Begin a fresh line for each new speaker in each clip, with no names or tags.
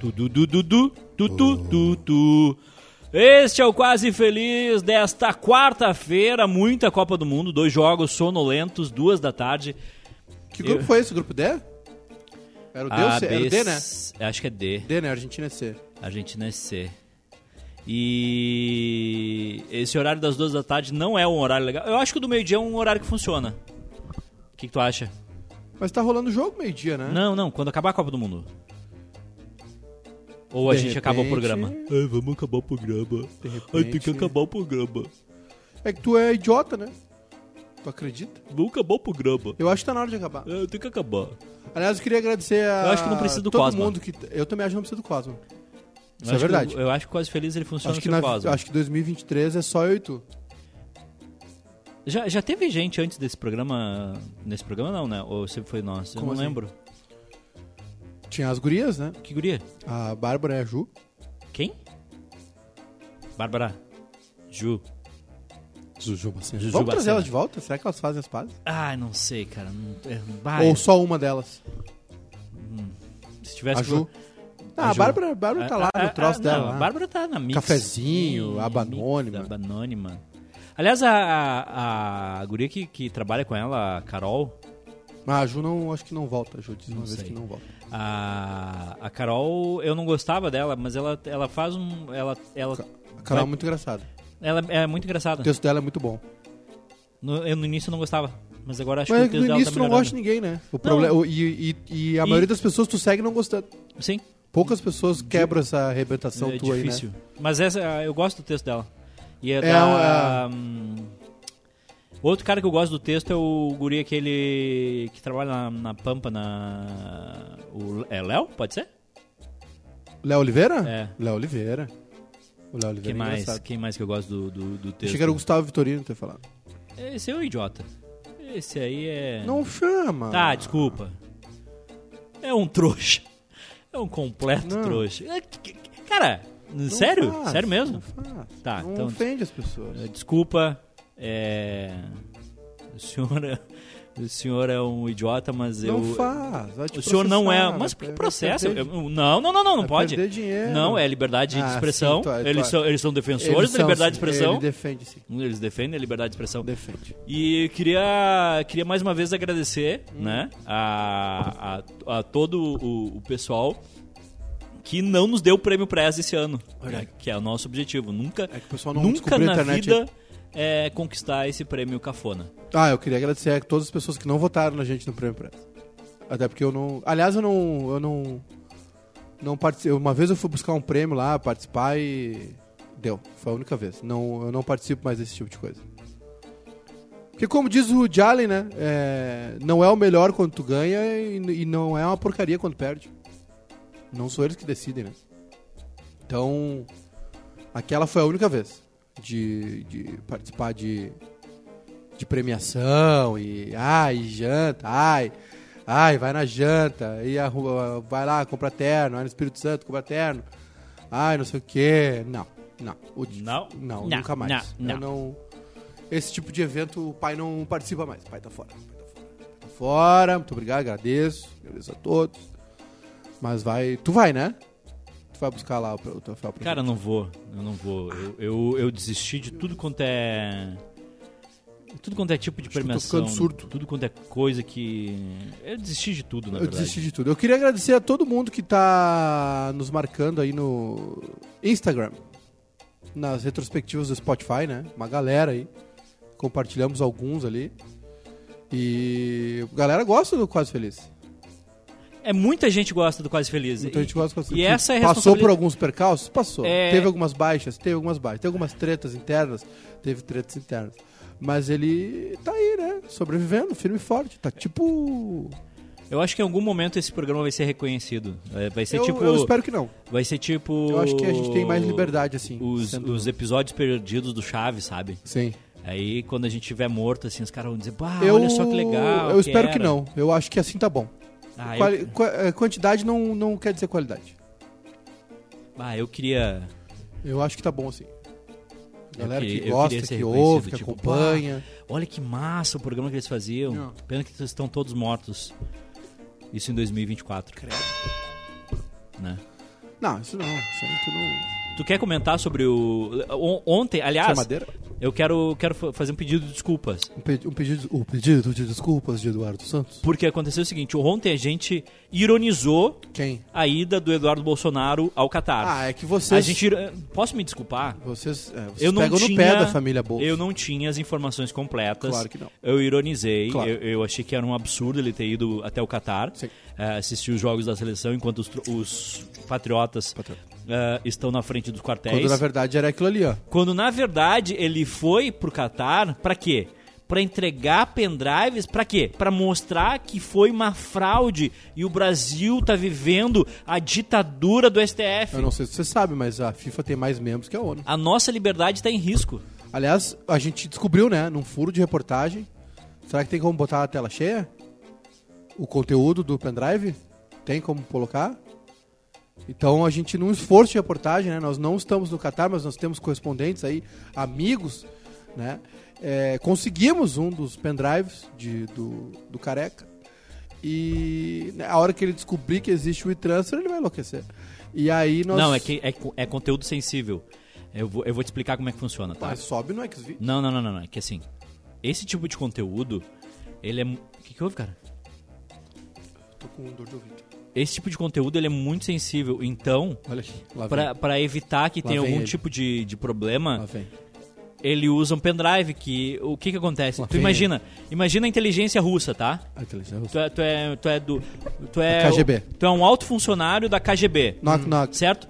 Tu, tu, tu, tu, tu, tu, tu, tu, tu. Este é o Quase Feliz desta quarta-feira. Muita Copa do Mundo, dois jogos sonolentos, duas da tarde.
Que grupo foi esse? O grupo D? Era o D ou
A,
C?
B,
Era o D, né?
C- Acho que é D.
D, né? Argentina é C.
Argentina é C. E esse horário das duas da tarde não é um horário legal. Eu acho que o do meio-dia é um horário que funciona. O que, que tu acha?
Mas tá rolando jogo meio-dia, né?
Não, não, quando acabar a Copa do Mundo. Ou a
De
gente acaba o
repente-
programa.
Ai, É, vamos acabar o programa. Ai, tem que
repente-
acabar o programa.
É que tu é idiota, né? Tu acredita?
Vamos acabar o programa.
Eu acho que tá na hora de acabar.
É, tem que acabar.
Aliás, eu queria agradecer a.
Eu acho que não precisa do
todo
Cosma.
mundo que. Eu também acho que não precisa do Cosmo.
Eu
Isso é
acho que
verdade.
o- Eu, acho que o Quase Feliz ele funciona
Acho que,
no
na,
seu caso.
acho que 2023 é só eu e tu.
Já, já teve gente antes desse programa. Nesse programa não, né? Ou sempre foi nós? Eu
Como
não
assim?
lembro.
Tinha as gurias, né?
Que guria?
A Bárbara e a Ju.
Quem? Bárbara. Ju.
Jujuba, sim.
Jujuba
Vamos trazer
Sena.
elas de volta? Será que elas fazem as pazes?
Ah, não sei, cara. Não- é, bah,
Ou só uma delas?
se tivesse
a Ju.
que-
Ah, a
Ju.
Bárbara, a Bárbara tá lá
Ah, ah,
no troço
ah,
dela.
não,
lá.
A Bárbara tá na mix.
Cafezinho,
Sim,
aba
mix,
anônima.
aba anônima. Aliás, a, a, a guria que, que trabalha com ela, a Carol,
Mas a Ju não, acho que não volta. A Ju diz uma
Não
vez
sei.
que não volta.
a, a Carol, eu não gostava dela, mas ela, ela faz um. Ela, ela,
A Carol é
Vai-
muito engraçada.
ela é muito
O
engraçada.
texto dela é muito bom.
No, eu no início eu não gostava, mas agora acho
Mas é
que
que
o texto
no
dela
início
tá
tu não
melhorando.
gosta de ninguém, né? O problema, o- e, e- e a
E-
maioria das pessoas tu segue não gostando.
Sim,
Poucas pessoas quebram essa arrebentação
é
tua
difícil.
aí, né?
Mas essa, ah, eu gosto do texto dela. E é,
É,
da... hum, Outro cara que eu gosto do texto é o guri aquele que trabalha na, na Pampa, na... O, é Léo? Pode ser?
Léo Oliveira?
É.
Léo Oliveira. O Léo Oliveira
Quem
é
mais,
engraçado.
quem mais que eu gosto do, do, do texto?
Achei que era o Gustavo Vitorino ter falado.
Esse é o idiota. Esse aí é...
Não chama.
Tá, desculpa. É um trouxa. É um completo
Não.
trouxa. É, que- que- Cara, sério?
faz,
sério mesmo?
Não, faz.
Tá,
não
então-
ofende as pessoas.
Eh, Desculpa, é... o, senhor é... o senhor é um idiota, mas eu.
Não faz. vai te
O senhor não é.
processar,
Mas por
vai
que
per-
processo?
vai perder-
Eu- eu- Não, não, não, não, não
vai
pode.
perder dinheiro.
Não, é liberdade
Ah,
de
sim,
expressão.
tu- tu-
eles, são, eles são defensores
Eles
da
são,
liberdade
sim,
de expressão.
Ele defende, sim.
Eles defendem a liberdade de expressão.
Defende.
E queria, queria mais uma vez agradecer
Hum.
né, a, a, a todo o, o pessoal que não nos deu o prêmio Prez esse ano, né, que é o nosso objetivo. Nunca,
É que o pessoal não
nunca
descobriu a
na
internet.
vida é, conquistar esse prêmio cafona.
Ah, eu queria agradecer a todas as pessoas que não votaram na gente no Prêmio Press. Até porque eu não. Aliás, eu não. Eu não. Não participei. Uma vez eu fui buscar um prêmio lá, participar e. Deu. Foi a única vez. Não, eu não participo mais desse tipo de coisa. Porque como diz o Woody Allen, né? é, não é o melhor quando tu ganha e, e não é uma porcaria quando perde. Não são eles que decidem, né? Então. Aquela foi a única vez de, de participar de de premiação e ai, janta, ai, ai, vai na janta, e arruma, vai lá, compra terno, vai no Espírito Santo, compra terno, ai, não sei o que. Não, não. O-
Não?
Não,
Não,
nunca mais.
não,
Eu não- Esse tipo de evento o pai não participa mais. O pai tá fora. o Pai tá fora. o pai tá fora. Muito obrigado, agradeço. Agradeço a todos. Mas vai. Tu vai, né? Tu vai buscar lá o, o troféu pra
Cara, eu
gente.
não vou, eu não vou. Eu, eu, eu desisti de tudo quanto é. Tudo quanto é tipo de
que eu tô
premiação.
ficando surdo.
Tudo quanto é coisa que. Eu desisti de tudo, na
Eu
verdade.
desisti de tudo. Eu queria agradecer a todo mundo que tá nos marcando aí no Instagram. Nas retrospectivas do Spotify, né? Uma galera aí. Compartilhamos alguns ali. E a galera gosta do Quase Feliz.
É muita gente gosta do Quase Feliz.
Então a gente gosta do Quase
e
Feliz.
essa é a
Passou por
responsabilidade-
alguns percalços? Passou.
É-
Teve algumas baixas? Teve algumas baixas. Teve algumas tretas internas? Teve tretas internas. Mas ele tá aí, né? Sobrevivendo, firme e forte. Tá tipo.
Eu acho que em algum momento esse programa vai ser reconhecido. É, Vai ser
eu,
tipo.
eu espero que não.
Vai ser tipo.
Eu acho que a gente tem mais liberdade, assim,
Os,
sendo-
os episódios perdidos do Chaves, sabe?
Sim.
Aí quando a gente tiver morto, assim, os caras vão dizer, bah,
eu,
olha só que legal.
Eu espero que
era."
não. Eu acho que assim tá bom.
Ah,
Quali-
eu,
qua- eh, Quantidade não, não quer dizer qualidade.
ah, eu queria.
Eu acho que tá bom assim. Galera
queria-
que
eu
gosta,
queria ser
que ouve, que
reconhecido, tipo,
acompanha.
Olha que massa o programa que eles faziam.
Não.
Pena que eles estão todos mortos. Isso em 2024. Credo. Né?
Não, isso não. Isso aí tu não.
Tu quer comentar sobre o. on- Ontem,
Isso é
aliás,
madeira?
eu quero, quero fa- fazer um pedido de desculpas.
Um, pedi- um pedido, o pedido de desculpas de Eduardo Santos.
Porque aconteceu o seguinte: ontem a gente ironizou
Quem?
a ida do Eduardo Bolsonaro ao Catar.
Ah, é que vocês.
a gente. iro- Posso me desculpar?
Vocês, é, vocês
Eu não
pegam
tinha,
no pé da família Bolsa.
Eu não É tinha as informações completas.
Claro que não.
Eu ironizei.
Claro.
Eu, eu achei que era um absurdo ele ter ido até o Catar,
Sim.
eh, assistir os jogos da seleção enquanto os, tro- os patriotas
Patriota.
eh, estão na frente dos quartéis.
Quando na verdade era aquilo ali, ó.
Quando na verdade ele foi pro Catar pra quê? Pra entregar pendrives, pra quê? Pra mostrar que foi uma fraude e o Brasil tá vivendo a ditadura do STF.
Eu não sei se você sabe, mas a FIFA tem mais membros que a ONU.
A nossa liberdade tá em risco.
Aliás, a gente descobriu, né, num furo de reportagem. Será que tem como botar a tela cheia? O conteúdo do pendrive? Tem como colocar? Então a gente, num esforço de reportagem, né, nós não estamos no Catar, mas nós temos correspondentes aí, amigos, né? é, conseguimos um dos pendrives de, do, do Careca. E né, a hora que ele descobrir que existe o e-transfer, ele vai enlouquecer. E aí nós.
Não, é que é, co- é conteúdo sensível. Eu vou, eu vou te explicar como é que funciona, tá?
Mas sobe no Xvideos.
Não, não, não, não, não. É que assim, esse tipo de conteúdo, ele é. mu- O que, que houve, cara?
Tô com dor de ouvido.
Esse tipo de conteúdo ele é muito sensível. Então,
Olha aqui. Lá vem.
pra pra evitar que
Lá
tenha
vem
algum
ele.
tipo de, de problema,
Lá vem.
ele usa um pendrive que o que que acontece?
Lá
tu
vem
imagina, imagina a inteligência russa, tá?
A inteligência russa.
Tu é, tu é, tu é do, tu é,
Da KGB.
tu é um alto funcionário da KGB,
Knock, knock.
certo?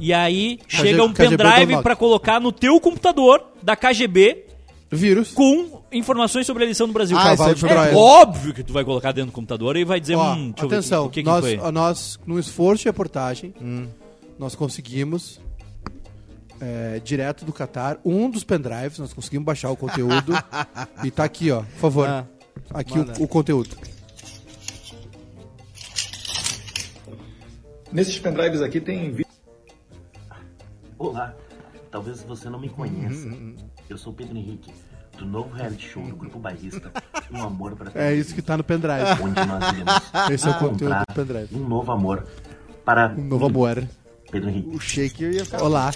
E aí chega um
KGB
pendrive
Donald.
pra colocar no teu computador da KGB
Vírus.
com informações sobre a eleição do Brasil.
Ah,
Cavalo
isso é
de Troia.
Troia.
óbvio que tu vai colocar dentro do computador e vai dizer,
Ó,
hum, deixa eu ver
atenção,
o que, que
nós,
foi.
ó, nós, num esforço de reportagem, nós conseguimos, é, direto do Catar, um dos pendrives, nós conseguimos baixar o conteúdo. e tá aqui, ó, por favor.
Ah,
aqui
manda.
o, o conteúdo.
Nesses pendrives aqui tem vídeo.
Olá, talvez você não me
Hum,
conheça. Eu sou o Pedro Henrique, do novo reality show do Grupo Bairrista, Um Amor para
É isso que tá no pendrive.
Onde nós iremos
Esse é o conteúdo
comprar
do pendrive.
um novo amor para
Um novo amor.
Pedro Henrique.
O shake eu ia ficar.
Olá.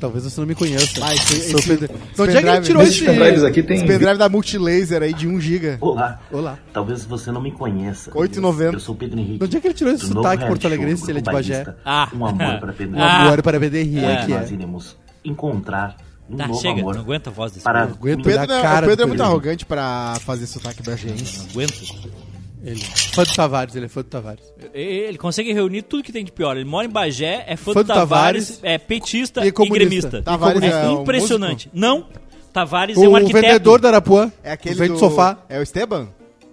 Talvez você não me conheça.
Mas esse-
Sou
esse
Pedro-
esse
De onde é que ele
pendrive-
tirou
esse
esse...
pendrives aqui tem
Esse
vídeo.
pendrive da Multilaser aí de 1GB.
Olá,
Olá.
talvez você não me conheça.
8,90.
Eu sou o Pedro Henrique.
De onde é que ele tirou esse
do novo
sotaque
reality
porto-alegrense,
show
se
do
ele é de
Grupo
Bagé?
Bairrista,
Ah.
Um Amor para Pedro
Um
Ah.
Henrique.
amor para BDR,
Onde
aqui
nós
é.
iremos encontrar um
Tá,
novo
chega,
amor
não aguento a voz desse
para
cara,
aguento,
um
Pedro,
Da
não,
cara
o Pedro é
do
muito
Pedro.
arrogante pra fazer sotaque brasileiro.
não aguento.
Ele. Fã do Tavares, ele é fã do Tavares.
Ele consegue reunir tudo que tem de pior. Ele mora em Bagé, é fã,
Fã
do
do
Tavares,
Tavares
é petista
e
e,
comunista.
gremista.
Tavares
é,
é um
impressionante. não, Tavares
O
é um arquiteto.
vendedor da Arapuã.
É aquele
o vende
do...
sofá.
É o Esteban?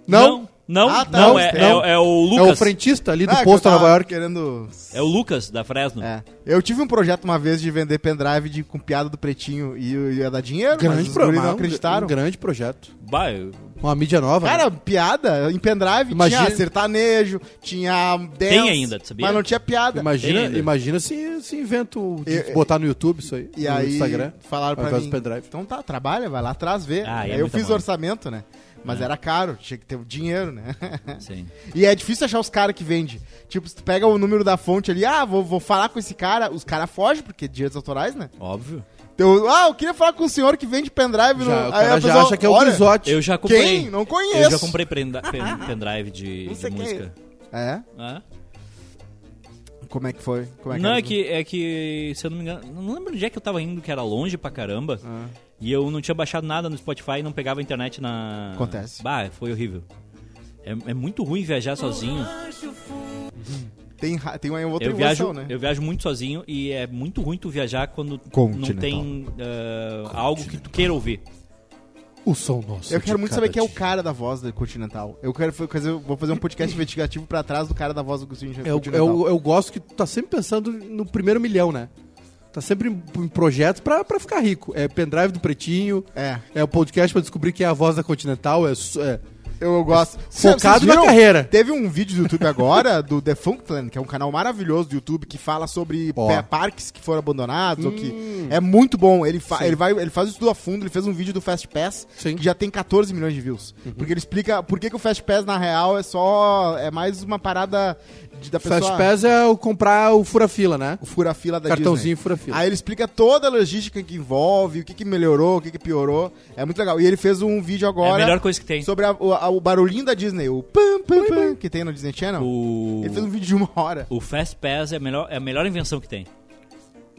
Não.
Não,
Ah, tá,
não, é,
não.
é- é o
É o
Lucas.
frentista ali do
Ah, que
posto
eu
da
tava
Nova York.
Querendo...
É o Lucas, da Fresno.
É. Eu tive um projeto uma vez de vender pendrive de, com piada do Pretinho e eu ia dar dinheiro, mas
Grande
os guris
programa.
não acreditaram.
Um grande projeto.
Bah, eu-
Uma mídia nova. né?
Cara, piada em pendrive
Imagina-
tinha sertanejo, tinha dance,
Tem ainda, tu sabia?
mas não tinha piada.
tem
imagina,
ainda.
imagina se, se invento de
Eu- eu-
botar no YouTube isso aí.
E
no
aí
Instagram.
falaram
ao
pra
invés
mim,
do pendrive.
então tá, trabalha, vai lá atrás ver.
Ah, é
aí eu
muita É.
fiz
mão.
orçamento, né? Mas era caro, tinha que ter o dinheiro, né?
sim.
e é difícil achar os caras que vende. Tipo, se tu pega o número da fonte ali, ah, vou, vou falar com esse cara, os caras fogem, porque é direitos autorais, né?
Óbvio.
Então, ah, eu queria falar com o senhor que vende pendrive. no...
Já, o
aí
cara
a
já
pessoa,
acha que é o
olha,
Brizotti.
Eu já comprei.
Quem? Não
Eu
conheço.
já comprei prenda- pen- pendrive de,
Não
de
sei quem é.
música.
É?
Ah.
Como é que foi? Como é que
não,
era?
é que, é que, se eu não me engano, não lembro onde é que eu tava indo, que era longe pra caramba.
Ah.
E eu não tinha baixado nada no Spotify e não pegava a internet na.
Acontece.
Bah, foi horrível. É, é muito ruim viajar sozinho.
Tem, ra- tem uma outra
Eu
emoção,
viajo,
né?
eu viajo muito sozinho e é muito ruim tu viajar quando não
Continental.
tem
então.
ah, algo
né,
que tu queira ouvir.
O som nosso.
Eu
de
quero muito
cada
saber quem é o
dia.
cara da voz do Continental. Eu quero fa- fazer, vou fazer um podcast investigativo pra trás do cara da voz do Continental.
Eu, é eu, eu gosto que tu tá sempre pensando no primeiro milhão, né? Tá sempre em, em projetos pra, pra ficar rico. É pendrive do Pretinho,
É,
é o podcast pra descobrir quem é a voz da Continental, é, su- é
eu, eu gosto.
focado
Vocês
na
viram?
carreira.
Teve um vídeo do YouTube agora, do The Funkland, que é um canal maravilhoso do YouTube, que fala sobre
Ó. Hum.
pe- parques que foram abandonados, ou que... É muito bom. Ele, fa- ele, vai, ele faz isso tudo a fundo, ele fez um vídeo do Fast Pass,
Sim. Uhum.
que já tem 14 milhões de views. Porque ele explica por que, que o Fast Pass, na real, é só... É mais uma parada de- da pessoa...
Fast Pass é o comprar o fura-fila, né?
O fura-fila da
Cartãozinho
Disney.
fura-fila.
Aí ele explica toda a logística que envolve, o que, que melhorou, o que, que piorou. É muito legal. E ele fez um vídeo
É a
agora
melhor coisa que tem.
sobre a- o, a- o barulhinho da Disney, o pam, pam, pam, que tem no Disney Channel.
O,
Ele fez um vídeo de uma hora.
o Fast Pass é a, melhor, é a melhor invenção que tem.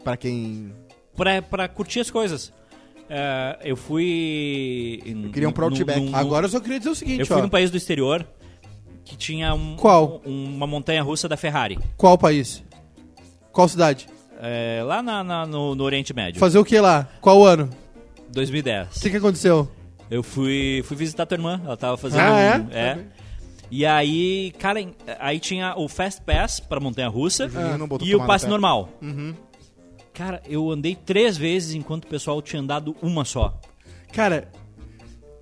Pra quem
Pra, pra curtir as coisas. É, eu fui. Eu
queria um pro Outback.
Agora eu só queria dizer o seguinte,
Eu fui
ó.
num país do exterior que tinha um,
Qual?
um- uma montanha russa da Ferrari.
Qual país? Qual cidade?
É, lá na- na- no, no Oriente Médio,
Fazer o que lá? Qual ano? O
2010.
que, que aconteceu?
Eu fui, fui visitar tua irmã, ela tava fazendo.
Ah,
um- é? E aí, cara, em- aí tinha o Fast Pass pra Montanha Russa
Juninho não botou
e o
tomar no
passe
pé. Uhum.
normal. Cara, eu andei três vezes enquanto o pessoal tinha andado uma só.
Cara,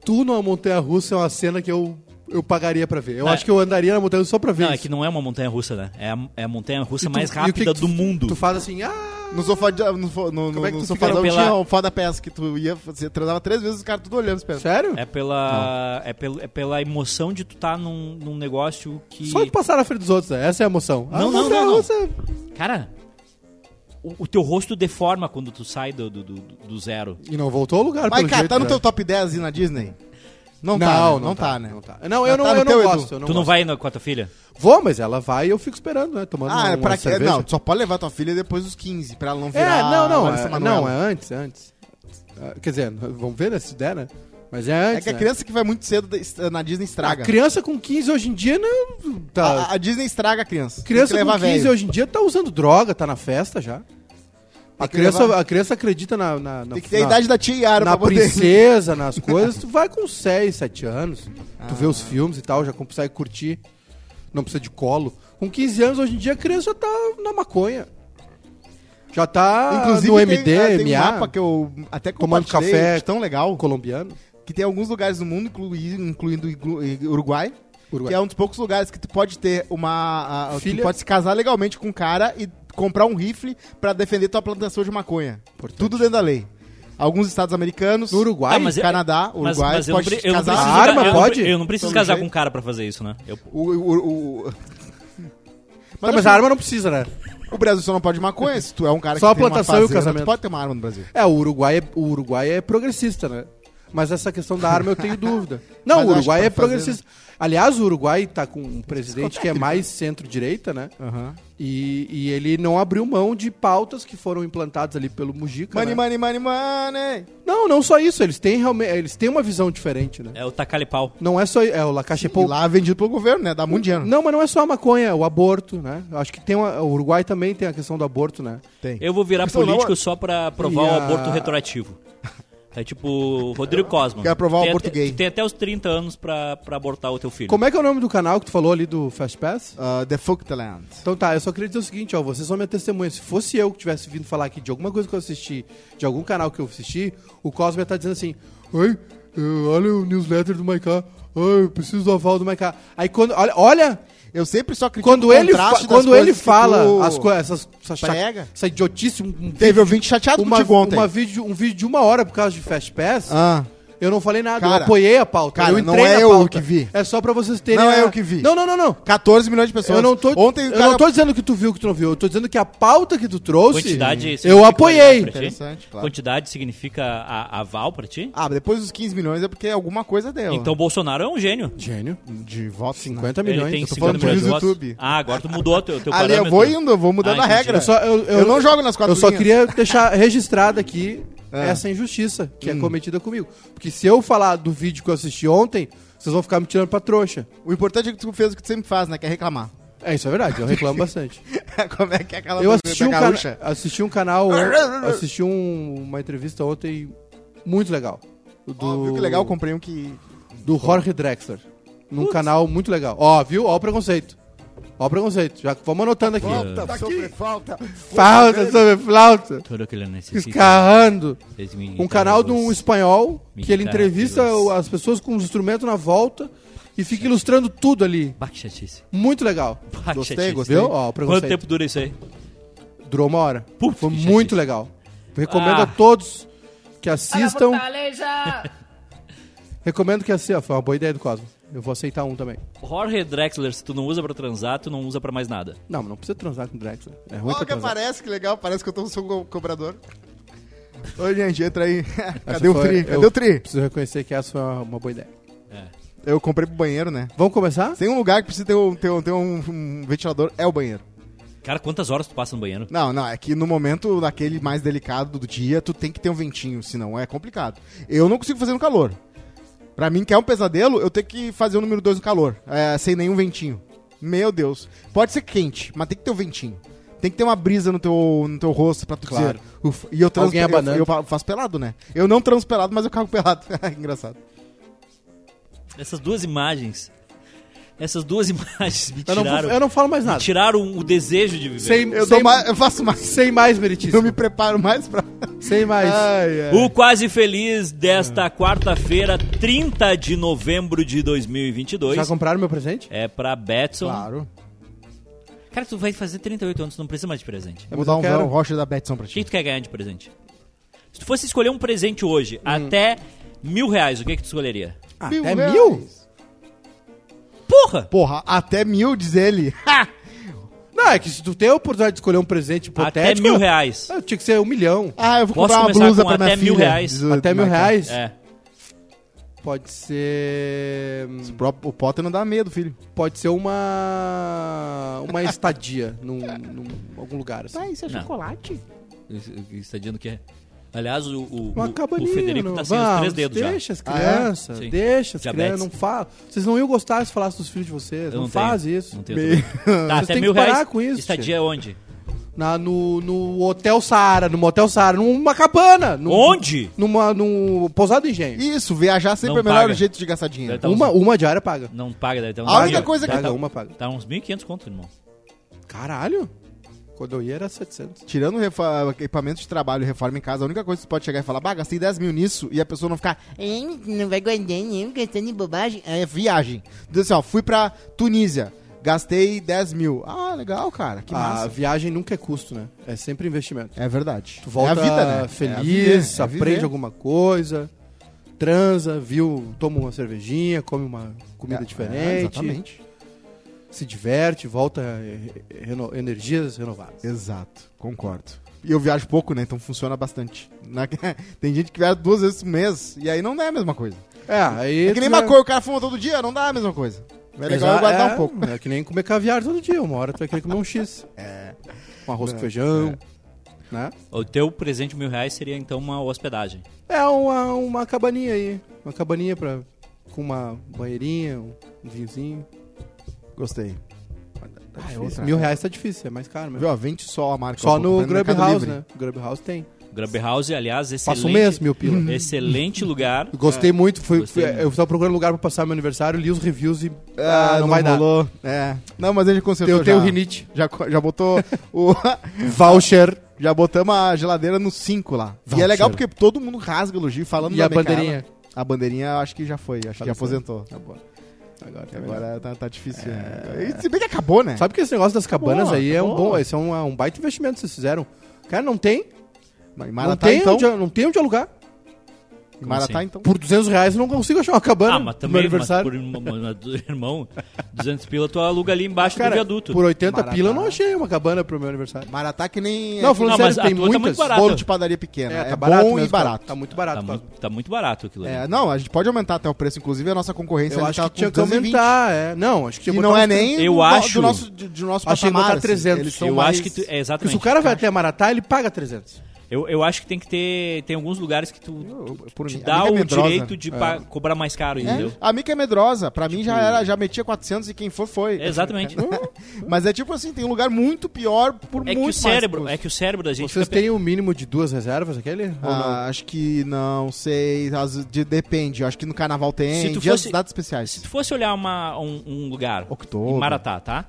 tu numa montanha russa é uma cena que eu, eu pagaria pra ver. Eu
É.
acho que eu andaria na montanha russa só pra ver.
Não, é
isso.
que não é uma montanha russa, né? É a, é a montanha russa
E tu-
mais
e o que
rápida
que
do mundo.
Tu faz assim, ah!
No sofá de, no, fo- no,
Como é que
no
tu
sofazão
fica pela-
tinha o foda peça que tu ia, você transava três vezes os caras tudo olhando os pés.
Sério?
É pela, é, pelo, é pela emoção de tu tá num, num negócio que.
Só de passar na frente dos outros, né? essa é a emoção.
Não,
a
não,
montanha
não, não.
russa. é-
Cara, o, o teu rosto deforma quando tu sai do, do, do- do zero.
E não voltou ao lugar,
Mas,
pelo
cara,
jeito,
tá no
né?
teu top 10 aí na Disney?
Não,
Não, tá, né?
não,
não, tá, né?
Não, tá. não eu
Tá
não,
no
eu não
teu, Edu.
gosto. Eu não
tu não
gosto.
vai na, com a tua filha?
Vou, mas ela vai e eu fico esperando, né? Tomando
Ah,
uma,
é pra
uma
que?
cerveja.
Não, tu só pode levar tua filha depois dos 15, pra ela não
É,
virar.
não, não.
Larissa
É,
Manoela.
não, é antes, é antes. Ah, Quer dizer, vamos ver né, se der, né? Mas é
É
antes.
que a
né?
criança que vai muito cedo da- est- na Disney
A
estraga.
criança com 15 hoje em dia não. Tá.
A, a Disney estraga a criança. Ah, Tem
criança
que
com
levar
15
velho.
hoje em dia tá usando droga, tá na festa já. A
que
criança,
levar-
a criança acredita na. na, na
Tem que ter a
na-
idade da tia Yara
na
pra poder.
princesa, nas coisas, tu vai com 6, 7 anos, tu vê os
Ah.
filmes e tal, já consegue curtir, não precisa de colo. Com 15 anos, hoje em dia, a criança já tá na maconha. Já tá
Inclusive,
no
tem-
MD,
ah, tem, um
MA,
mapa que eu até
Tomando
compartilhei,
café.
de tão legal,
colombiano,
que tem alguns lugares no mundo, inclui- incluindo, inclu- Uruguai,
uruguai.
que é um dos poucos lugares que tu pode ter uma... A, a-
Filha.
Tu pode se casar legalmente com um cara e comprar um rifle pra defender tua plantação de maconha.
Importante.
Tudo dentro da lei. Alguns estados americanos,
No Uruguai?
Ah, mas-
Canadá,
Mas-
Uruguai,
mas eu não
pode
pre-
se
eu não
casar.
preciso-
Arma,
eu não-
pode?
Eu não preciso
Pelo
casar
jeito.
com um cara pra fazer isso, né? Eu-
O, o- o- o-
Tá,
Mas
mas a arma não precisa, né?
o Brasil só não pode maconha, se tu é um cara
Só a
que tem uma
plantação e o
fazenda, tu
casamento.
pode ter uma arma no Brasil.
É, o Uruguai é, o Uruguai é progressista, né? Mas essa questão da arma eu tenho dúvida. Não, o
Mas eu acho
Uruguai
que
é
pode fazer,
progressista. Aliás, o Uruguai tá com um presidente que é mais centro-direita, né? E, e ele não abriu mão de pautas que foram implantadas ali pelo Mujica.
Money,
né?
money, money, money.
Não, não só isso. Eles têm realmente, eles têm uma visão diferente, né?
É o tacar pau.
Não é só é o La Caixa é
E
pou-
lá é vendido pelo governo, né? Dá muito dinheiro.
Não, mas não é só a maconha, é o aborto, né? Eu Acho que tem uma- o Uruguai também tem a questão do aborto, né?
Tem.
Eu vou virar
Então, não,
político
ó.
só pra provar
E
o
a-
aborto retroativo. É tipo Rodrigo Cosma.
Quer provar o
Tem
aborto
até-
gay.
tu Tem até os 30 anos pra, pra abortar o teu filho.
Como é que é o nome do canal que tu falou ali do Fast Pass?
Ah, The Fuck Talent.
Então tá, eu só queria dizer o seguinte, ó, vocês são minha testemunha. Se fosse eu que tivesse vindo falar aqui de alguma coisa que eu assisti, de algum canal que eu assisti, o Cosme ia estar dizendo assim, Oi, eu- olha o newsletter do Maiká, Ai, eu preciso do aval do Maiká. Aí quando, olha, olha
Eu sempre só critico
quando
o
ele,
contraste
fa-
das
quando
coisas
ele
que
fala
tu-
as coisas, essas, essa, chac-
prega.
essa idiotice, um, um
Teve ouvinte chateado
uma,
contigo ontem.
uma vídeo, um vídeo de uma hora por causa de Fast Pass,
Ah.
eu não falei nada, eu
Cara,
apoiei a pauta,
cara,
eu
não
entrei
é
na
eu
pauta.
que vi.
É só pra vocês terem
Não
a-
é eu que vi.
Não, não, não, não.
14 milhões de pessoas.
Eu não tô,
Ontem o
eu
cara...
não tô dizendo que tu viu o que tu não viu. Eu tô dizendo que a pauta que tu trouxe,
Quantidade
eu
significa
apoiei.
pra ti?
Interessante, claro.
Quantidade significa a- aval pra ti?
Ah, mas depois dos 15 milhões é porque alguma coisa deu. né?
Então o Bolsonaro é um gênio.
Gênio.
de voto
50
Ele
milhões.
tem
eu tô
50
falando
milhões de
do
votos.
YouTube.
Ah, agora tu mudou teu, teu
Ali,
parâmetro.
eu vou indo, eu vou mudando
Ah,
a
entendi.
regra.
Eu, só, eu, eu,
Eu, não jogo nas quatro
eu só
linhas.
queria deixar registrado aqui
Ah.
essa injustiça que
Hum.
é cometida comigo. Porque se eu falar do vídeo que eu assisti ontem, vocês vão ficar me tirando pra trouxa.
O importante é que tu fez o que tu sempre faz, né? Que é reclamar.
É, isso é verdade, eu reclamo bastante.
Como é que é aquela
Eu
do-
assisti
da
um, cana
gaúcha?
assisti um canal, assisti um- uma entrevista ontem muito legal. Do,
Ó, viu que legal, comprei um que...
do Jorge Drexler. Num canal muito legal. Ó, viu? Ó o preconceito. Ó o preconceito. Já vamos anotando aqui.
sobre É. Tá falta.
Falta sobre flauta.
Tudo aquilo que ele necessita.
Escarrando.
Eles me
Um canal de um
guitarras.
espanhol que ele
Militar,
entrevista
Deus.
o- as pessoas com um instrumento na volta e fica ilustrando tudo ali.
Bah, que chatice.
Muito legal.
Bah, que
Gostei,
chatice.
gostei.
Viu? Ó, o
Quanto
preconceito.
tempo dura isso aí?
Durou uma hora.
Putz,
Foi
que
muito
chatice.
legal. Recomendo
Ah.
a todos que assistam. Recomendo que assim, ó, foi uma boa ideia do Cosmo. Eu vou aceitar um também.
Jorge Drexler, se tu não usa pra transar, tu não usa pra mais nada.
Não, mas não precisa transar com o Drexler. É ruim pra
Olha que
transar.
aparece, que legal, parece que eu tô sou um co- cobrador. Oi, gente, entra aí. Cadê
Essa
o
foi-
Tri?
eu
Cadê o Tri?
Preciso reconhecer que essa foi uma, uma boa ideia.
Eu comprei pro banheiro, né?
Vamos começar?
Tem um lugar que precisa ter um, ter um, ter um- um ventilador, é o banheiro.
Cara, quantas horas tu passa no banheiro?
Não, não, é que no momento daquele mais delicado do dia, tu tem que ter um ventinho, senão é complicado. Eu não consigo fazer no calor. Pra mim, que é um pesadelo, eu tenho que fazer o número 2 no calor, é, sem nenhum ventinho. Meu Deus. Pode ser quente, mas tem que ter um ventinho. Tem que ter uma brisa no teu, no teu rosto pra tu
Claro.
dizer. "Ufa", e eu, trans,
Alguém é
eu,
abanando.
eu fa- faço pelado, né? Eu não transo pelado, mas eu cago pelado. É Engraçado.
Essas duas imagens. Essas duas imagens me
Eu não, vou-
tiraram.
eu não falo mais nada.
me tiraram o desejo de viver.
Sem,
Eu,
sem,
dou mais, eu faço mais.
sem mais,
Eu
Meritíssimo.
me preparo mais pra.
Sem mais.
Ai, ai.
O Quase Feliz desta quarta-feira, 30 de novembro de 2022.
Já compraram meu presente?
É pra Betson.
Claro.
Cara, tu vai fazer 38 anos, tu não precisa mais de presente.
Eu
Mas
vou dar
eu
um
quero.
véu rocha da Betson pra
O
ti.
que, que tu quer ganhar de presente? Se tu fosse escolher um presente
Hum.
hoje, até mil reais, o que, que tu escolheria?
Ah,
Mil
até
reais.
mil?
Porra!
Porra, até mil, diz ele.
Não, é que se tu tem a oportunidade de escolher um presente
Até
hipotético...
mil reais.
ah, Tinha que ser um milhão.
Ah, eu vou
Posso
comprar uma
começar
blusa
com
pra minha
até mil
filha.
reais?
diz o
Até mil
Michael.
reais?
É.
Pode ser... hum,
O pró- O Potter não dá medo, filho.
Pode ser uma... Uma estadia num, num- algum lugar, assim.
isso é
Não.
chocolate?
Isso- Isso tá dizendo que é. Aliás, o, o,
Uma
o- o
cabaninha.
Federico
não.
tá sem os
Vamos,
três dedos já.
deixa as
Ah, é?
crianças,
Sim.
deixa as
Diabetes.
crianças, não fala. Vocês não iam gostar se falasse dos filhos de vocês,
Eu
não,
não tenho.
faz isso.
Não tenho também. Tá,
Vocês
até
têm
mil
que parar
reais.
com isso,
Estadia onde?
Na, no, no Hotel Saara, no Motel Saara, numa cabana. num-
Onde?
Numa, num pousado engenho.
Isso, viajar sempre
Não
é o melhor
paga.
jeito de gastar dinheiro.
Deve tá uns-
uma, uma diária paga.
Não paga, deve ter uns
A única
mil.
coisa que-
Deve
Paga,
tá,
uma paga.
tá uns 1.500 conto, irmão.
Caralho. Quando eu ia era 700.
Tirando refa- equipamento de trabalho e reforma em casa, a única coisa que você pode chegar e falar, bah, gastei 10 mil nisso, e a pessoa não ficar, "Hein, não vai guardar nenhum, gastando em bobagem, é viagem. Diz assim, ó, fui pra Tunísia, gastei 10 mil. Ah, legal, cara, que
a
massa.
viagem nunca é custo, né? É sempre investimento.
É verdade.
Tu volta
é a vida, né? É a viver,
feliz,
é a
aprende
viver.
alguma coisa, transa, viu, toma uma cervejinha, come uma comida
É,
diferente.
exatamente.
se diverte, volta eh, reno- energias renovadas.
Exato, concordo. E eu viajo pouco, né? Então funciona bastante. Na- Tem gente que viaja duas vezes por mês e aí não é a mesma coisa.
É, aí.
É que nem maconha, o cara fuma todo dia, não dá a mesma coisa. É legal eu guardar um pouco.
É que nem comer caviar todo dia, uma hora tu vai querer comer um X. É. Um arroz
É,
com feijão. Né?
O teu presente de mil reais seria então uma hospedagem.
É uma, uma cabaninha aí. Uma cabaninha pra, com uma banheirinha, um um vinhozinho.
Gostei. Ah, é outra.
Mil reais tá difícil, é mais caro mesmo.
Viu, ó, vende só a marca. ó,
Só no
compra
Grub
Mercado
House,
Livre.
né? Grub House tem.
Grub House, aliás, excelente.
Passa um mês, mil pila. Uhum.
Excelente lugar.
Gostei muito, fui,
Gostei
fui-
muito.
eu tava procurando lugar pra passar meu aniversário, li os reviews e
Ah,
ah, não, vai
rolou. É. Não, mas ele
dar.
consertou
Eu tenho
já.
rinite.
Já, co- já botou o...
Voucher.
já botamos a geladeira no 5 lá. E é
Voucher.
legal porque todo mundo rasga elogio falando
E
da
a
Micaela.
bandeirinha.
A bandeirinha eu acho que já foi, acho que já
Faleceu.
aposentou.
Tá bom. Agora, tá melhor.
Agora tá, tá difícil. né? E Se bem que acabou, né?
É. Sabe que esse negócio das cabanas
bom,
aí
tá
é um
bom.
bom, esse é um, um baita investimento que vocês fizeram. Cara, não tem,
Em
não
Maratá,
tem,
então.
onde, não tem onde alugar.
Em Maratá,
assim?
então.
Por 200 reais eu não consigo achar uma cabana
Ah, mas
no meu
também, mas
aniversário.
por irmão, mas do irmão, 200 pila, tu aluga ali embaixo do
Cara,
viaduto.
por 80
Maratá.
pila eu não achei uma cabana pro meu aniversário.
Maratá que nem
Não,
é que
falando
Não,
sério,
mas a
tem
tua tá muito
muitas.
barata.
bolo de padaria pequena. É, bom
tá mesmo,
e barato.
Tá muito
Tá,
barato.
mu-
cara.
tá muito barato aquilo ali.
É, não, a gente pode aumentar até o preço, inclusive a nossa concorrência
eu
ali
acho
tá
que tinha
com
que
220.
aumentar, é. Não, acho que
E
tinha que
não
botar
é
uns
nem
Eu
do,
acho-
do nosso, de, de nosso
Achei que
patamar, assim.
botar 300.
eles são
Eu
mais-
acho que tu, é,
Porque
exatamente.
se o cara vai até Maratá, ele paga 300.
eu, eu acho que tem que ter. Tem alguns lugares que tu,
Eu-
tu-
por
te
mim, a
dá
Liga
o
Medrosa,
direito de pa- cobrar mais caro, entendeu?
É, a Mica é medrosa. Pra mim
Tipo
já era, já metia 400 e quem for, foi.
Exatamente.
Mas é tipo assim, tem um lugar muito pior por
É
muito
que o
mais
cérebro,
custo.
é que o cérebro da gente
Vocês
fica pe-
têm o mínimo de duas reservas, aquele? Ou não?
Ah, acho que não sei, às- de, depende. Eu Acho que no carnaval tem,
Se tu
dias
fosse-
datas especiais.
Se tu fosse olhar uma- um, um lugar
October.
em Maratá, tá?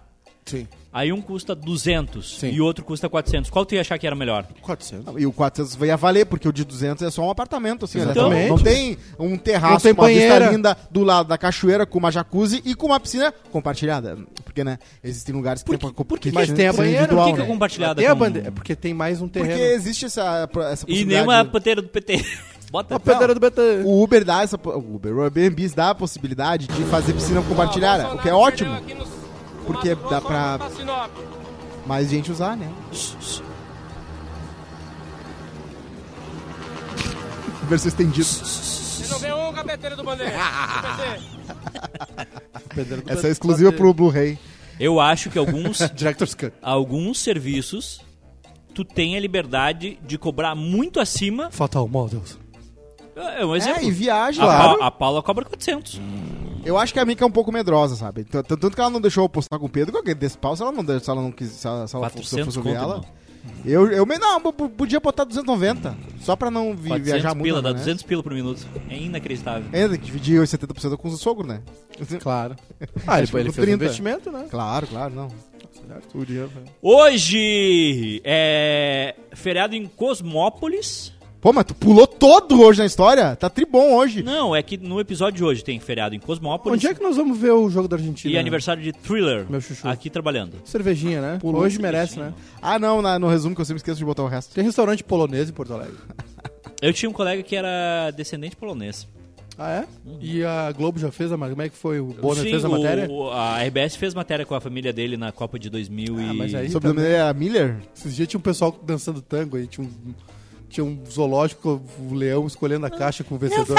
Sim.
Aí um custa 200
Sim.
e outro custa 400. Qual tu ia achar que era melhor?
400.
E o 400 ia valer, porque o de 200 é só um apartamento, assim. né?
Então-
Não- não tem um terraço,
Não tem
uma vista
banheira.
linda do lado da cachoeira, com uma jacuzzi e com uma piscina compartilhada. Porque, né, existem lugares que tem pra- que
Mas tem a
piscina
banheira.
individual,
Por que que
né?
é compartilhada
Tem a
com-
bandeira. É porque tem mais um
Porque
terreno.
existe essa, essa
E
possibilidade.
nenhuma panteira do PT. Bota.
Uma pedra do Betânia.
O Uber dá essa. po- O Uber, o Airbnb dá a possibilidade de fazer piscina compartilhada, o que é ótimo. Porque dá pra mais gente usar, né? Verso estendido.
Você não ganhou um gaveteiro do Bandeira.
Essa é exclusiva pro Blu-ray.
Eu acho que alguns,
Director's Cut.
alguns serviços tu tem a liberdade de cobrar muito acima.
Fatal Models.
É um
É,
exemplo.
e viagem,
a,
claro.
Pa- a Paula cobra 400.
Eu acho que a Mika é um pouco medrosa, sabe? T- t- Tanto que ela não deixou eu postar com o Pedro, que eu dei desse pau se ela não, deu- se ela não quis, se ela, se ela fosse, se eu
400
fosse
conto,
ouvir ela.
irmão.
Eu, eu, me- não, p- podia botar 290, só pra não vi,
400
viajar muito.
pila, dá
né?
200 pila por minuto. É inacreditável.
É, tem que dividir os 70% com o sogro, né?
Claro. Ah, ele,
Tipo,
ele
no
fez um
30.
investimento, né?
Claro, claro, não.
O dinheiro, né?
Hoje é feriado em Cosmópolis.
Pô, mas tu pulou todo hoje na história? Tá tribom hoje.
Não, é que no episódio de hoje tem feriado em Cosmópolis
Onde é que nós vamos ver o jogo da Argentina?
e aniversário de Thriller
Meu chuchu.
aqui trabalhando.
Cervejinha, né?
Pulou
Hoje merece, né?
Ah, não, na- no resumo que eu sempre esqueço de botar o resto.
Tem restaurante polonês em Porto Alegre.
Eu tinha um colega que era descendente polonês.
Ah, é? E a Globo já fez a matéria? Como é que foi? O Bonner fez a
o-
matéria?
o- a RBS fez matéria com a família dele na Copa de 2000 e...
Ah, mas aí-
O sobrenome dele era Miller?
Esses dias tinha um pessoal dançando tango aí, tinha um, tinha um zoológico, o leão escolhendo a caixa com o vencedor.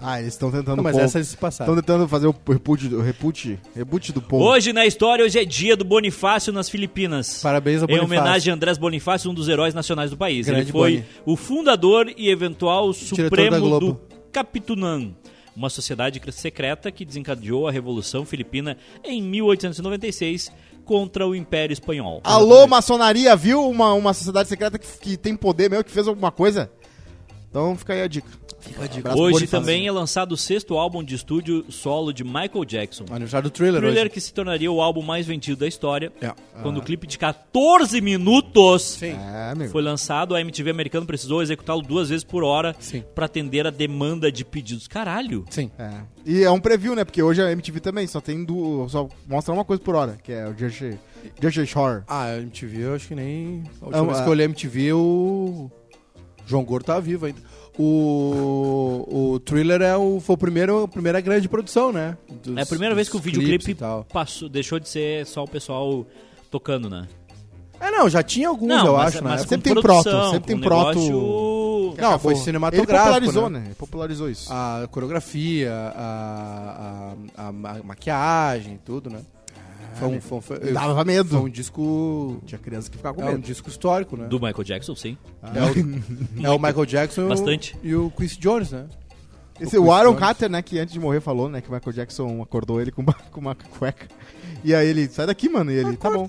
Ah, eles estão tentando.
Não, mas
pôr-
essa eles se passaram.
Estão tentando fazer o repute, o repute, reboot do povo.
Hoje na história, hoje é dia do Bonifácio nas Filipinas.
Parabéns ao
Em
Bonifácio.
homenagem a Andrés Bonifácio, um dos heróis nacionais do país. Ele
Grande
foi
Boni.
o fundador e eventual
da
supremo
Globo.
do Capitunã, uma sociedade cre- secreta que desencadeou a Revolução Filipina em 1896 contra o Império Espanhol.
Alô, maçonaria, viu? Uma, uma sociedade secreta que, que tem poder mesmo, que fez alguma coisa? Então fica aí a dica.
Então,
Fica a dica.
Hoje também é lançado o sexto álbum de estúdio solo de Michael Jackson.
Aniversário do thriller,
Thriller
hoje.
que se tornaria o álbum mais vendido da história.
É.
Quando o clipe de 14 minutos
Sim.
É, amigo.
foi lançado, a MTV americana precisou executá-lo duas vezes por hora
Sim.
pra atender a demanda de pedidos. Caralho!
Sim.
É. E é um preview, né? Porque hoje a MTV também só tem duas. Só mostra uma coisa por hora, que é o Jersey Jersey Shore.
Ah, a MTV eu acho que nem. A última
Ah,
vez
ah.
que eu olhei a MTV, o. João Gordo tá vivo ainda. O. O thriller é o, foi o primeiro, a primeira grande produção, né? Dos-
é a primeira
dos
vez que o
clipes
videoclipe
e tal.
passou, deixou de ser só o pessoal tocando, né?
É, não, já tinha alguns, eu acho, né?
com
Sempre tem
produção,
proto, sempre
com
tem
um
proto.
negócio-
Não,
Acabou.
foi
Ele
cinematográfico.
popularizou,
né?
né? Ele popularizou isso.
A coreografia, a, a, a ma- maquiagem, tudo, né? Foi um, foi, um- foi-
Dava medo.
foi um disco.
Tinha criança que ficava com
É um
medo.
disco histórico, né?
Do Michael Jackson, sim.
É, o, é o Michael Jackson e o-
Bastante.
e o Quincy Jones, né?
Esse, o Aaron Carter, né, que antes de morrer falou, né, que o Michael Jackson acordou ele com uma, com uma cueca. E aí ele, sai daqui, mano. E ele, tá bom.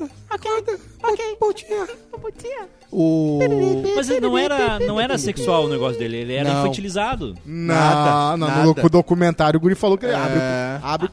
O.
Mas ele não era, não era sexual o negócio dele, ele era
Não.
infantilizado.
Nada,
Nada,
não, no
nada.
docu- documentário o Guri falou que ele
É.
abre. abre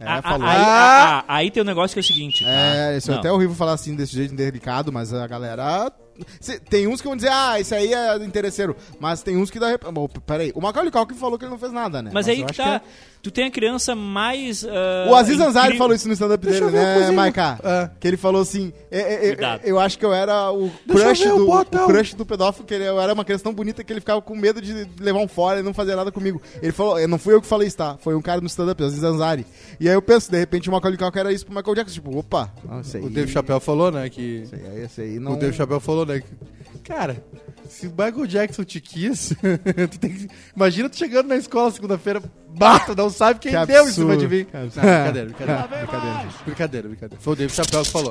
é,
A- a-
falou.
Aí, a- a- aí tem um negócio que é o seguinte.
É,
tá?
isso é
Não.
até horrível falar assim desse jeito delicado, mas a galera. Cê- tem uns que vão dizer, ah, isso aí é interesseiro. Mas tem uns que dá. rep- Bom, peraí. O Macaulay Culkin falou que ele não fez nada, né?
Mas, aí
eu
que
acho
tá. Tu tem a criança mais.
é-
ah,
O Aziz Ansari
incrível-
falou isso no stand-up
Deixa
dele,
eu ver uma
né,
coisinha.
Maiká?
É.
Que ele falou assim: é, é, é,
Cuidado.
eu acho que eu era o
Deixa eu
crush,
ver o
do, o
botão.
crush do pedófilo, que ele, eu era uma criança tão bonita que ele ficava com medo de levar um fora e não fazer nada comigo. Ele falou, eu não fui eu que falei isso, tá? Foi um cara no stand-up, Aziz Ansari. E aí eu penso, de repente o Macaulay Culkin era isso pro Michael Jackson. Tipo, opa, não, isso aí.
O Dave Chappelle falou, né? Que.
Esse aí, esse aí não...
O Dave Chappelle falou, né? que- Cara, se o Michael Jackson te quis, tu tem que- imagina tu chegando na escola segunda-feira, bah, tu não sabe quem
Que
deu em cima
absurdo.
de mim.
Que
Não,
absurdo. Tá
brincadeira, brincadeira, brincadeira, brincadeira, brincadeira. Foi o Dave Chappelle que falou.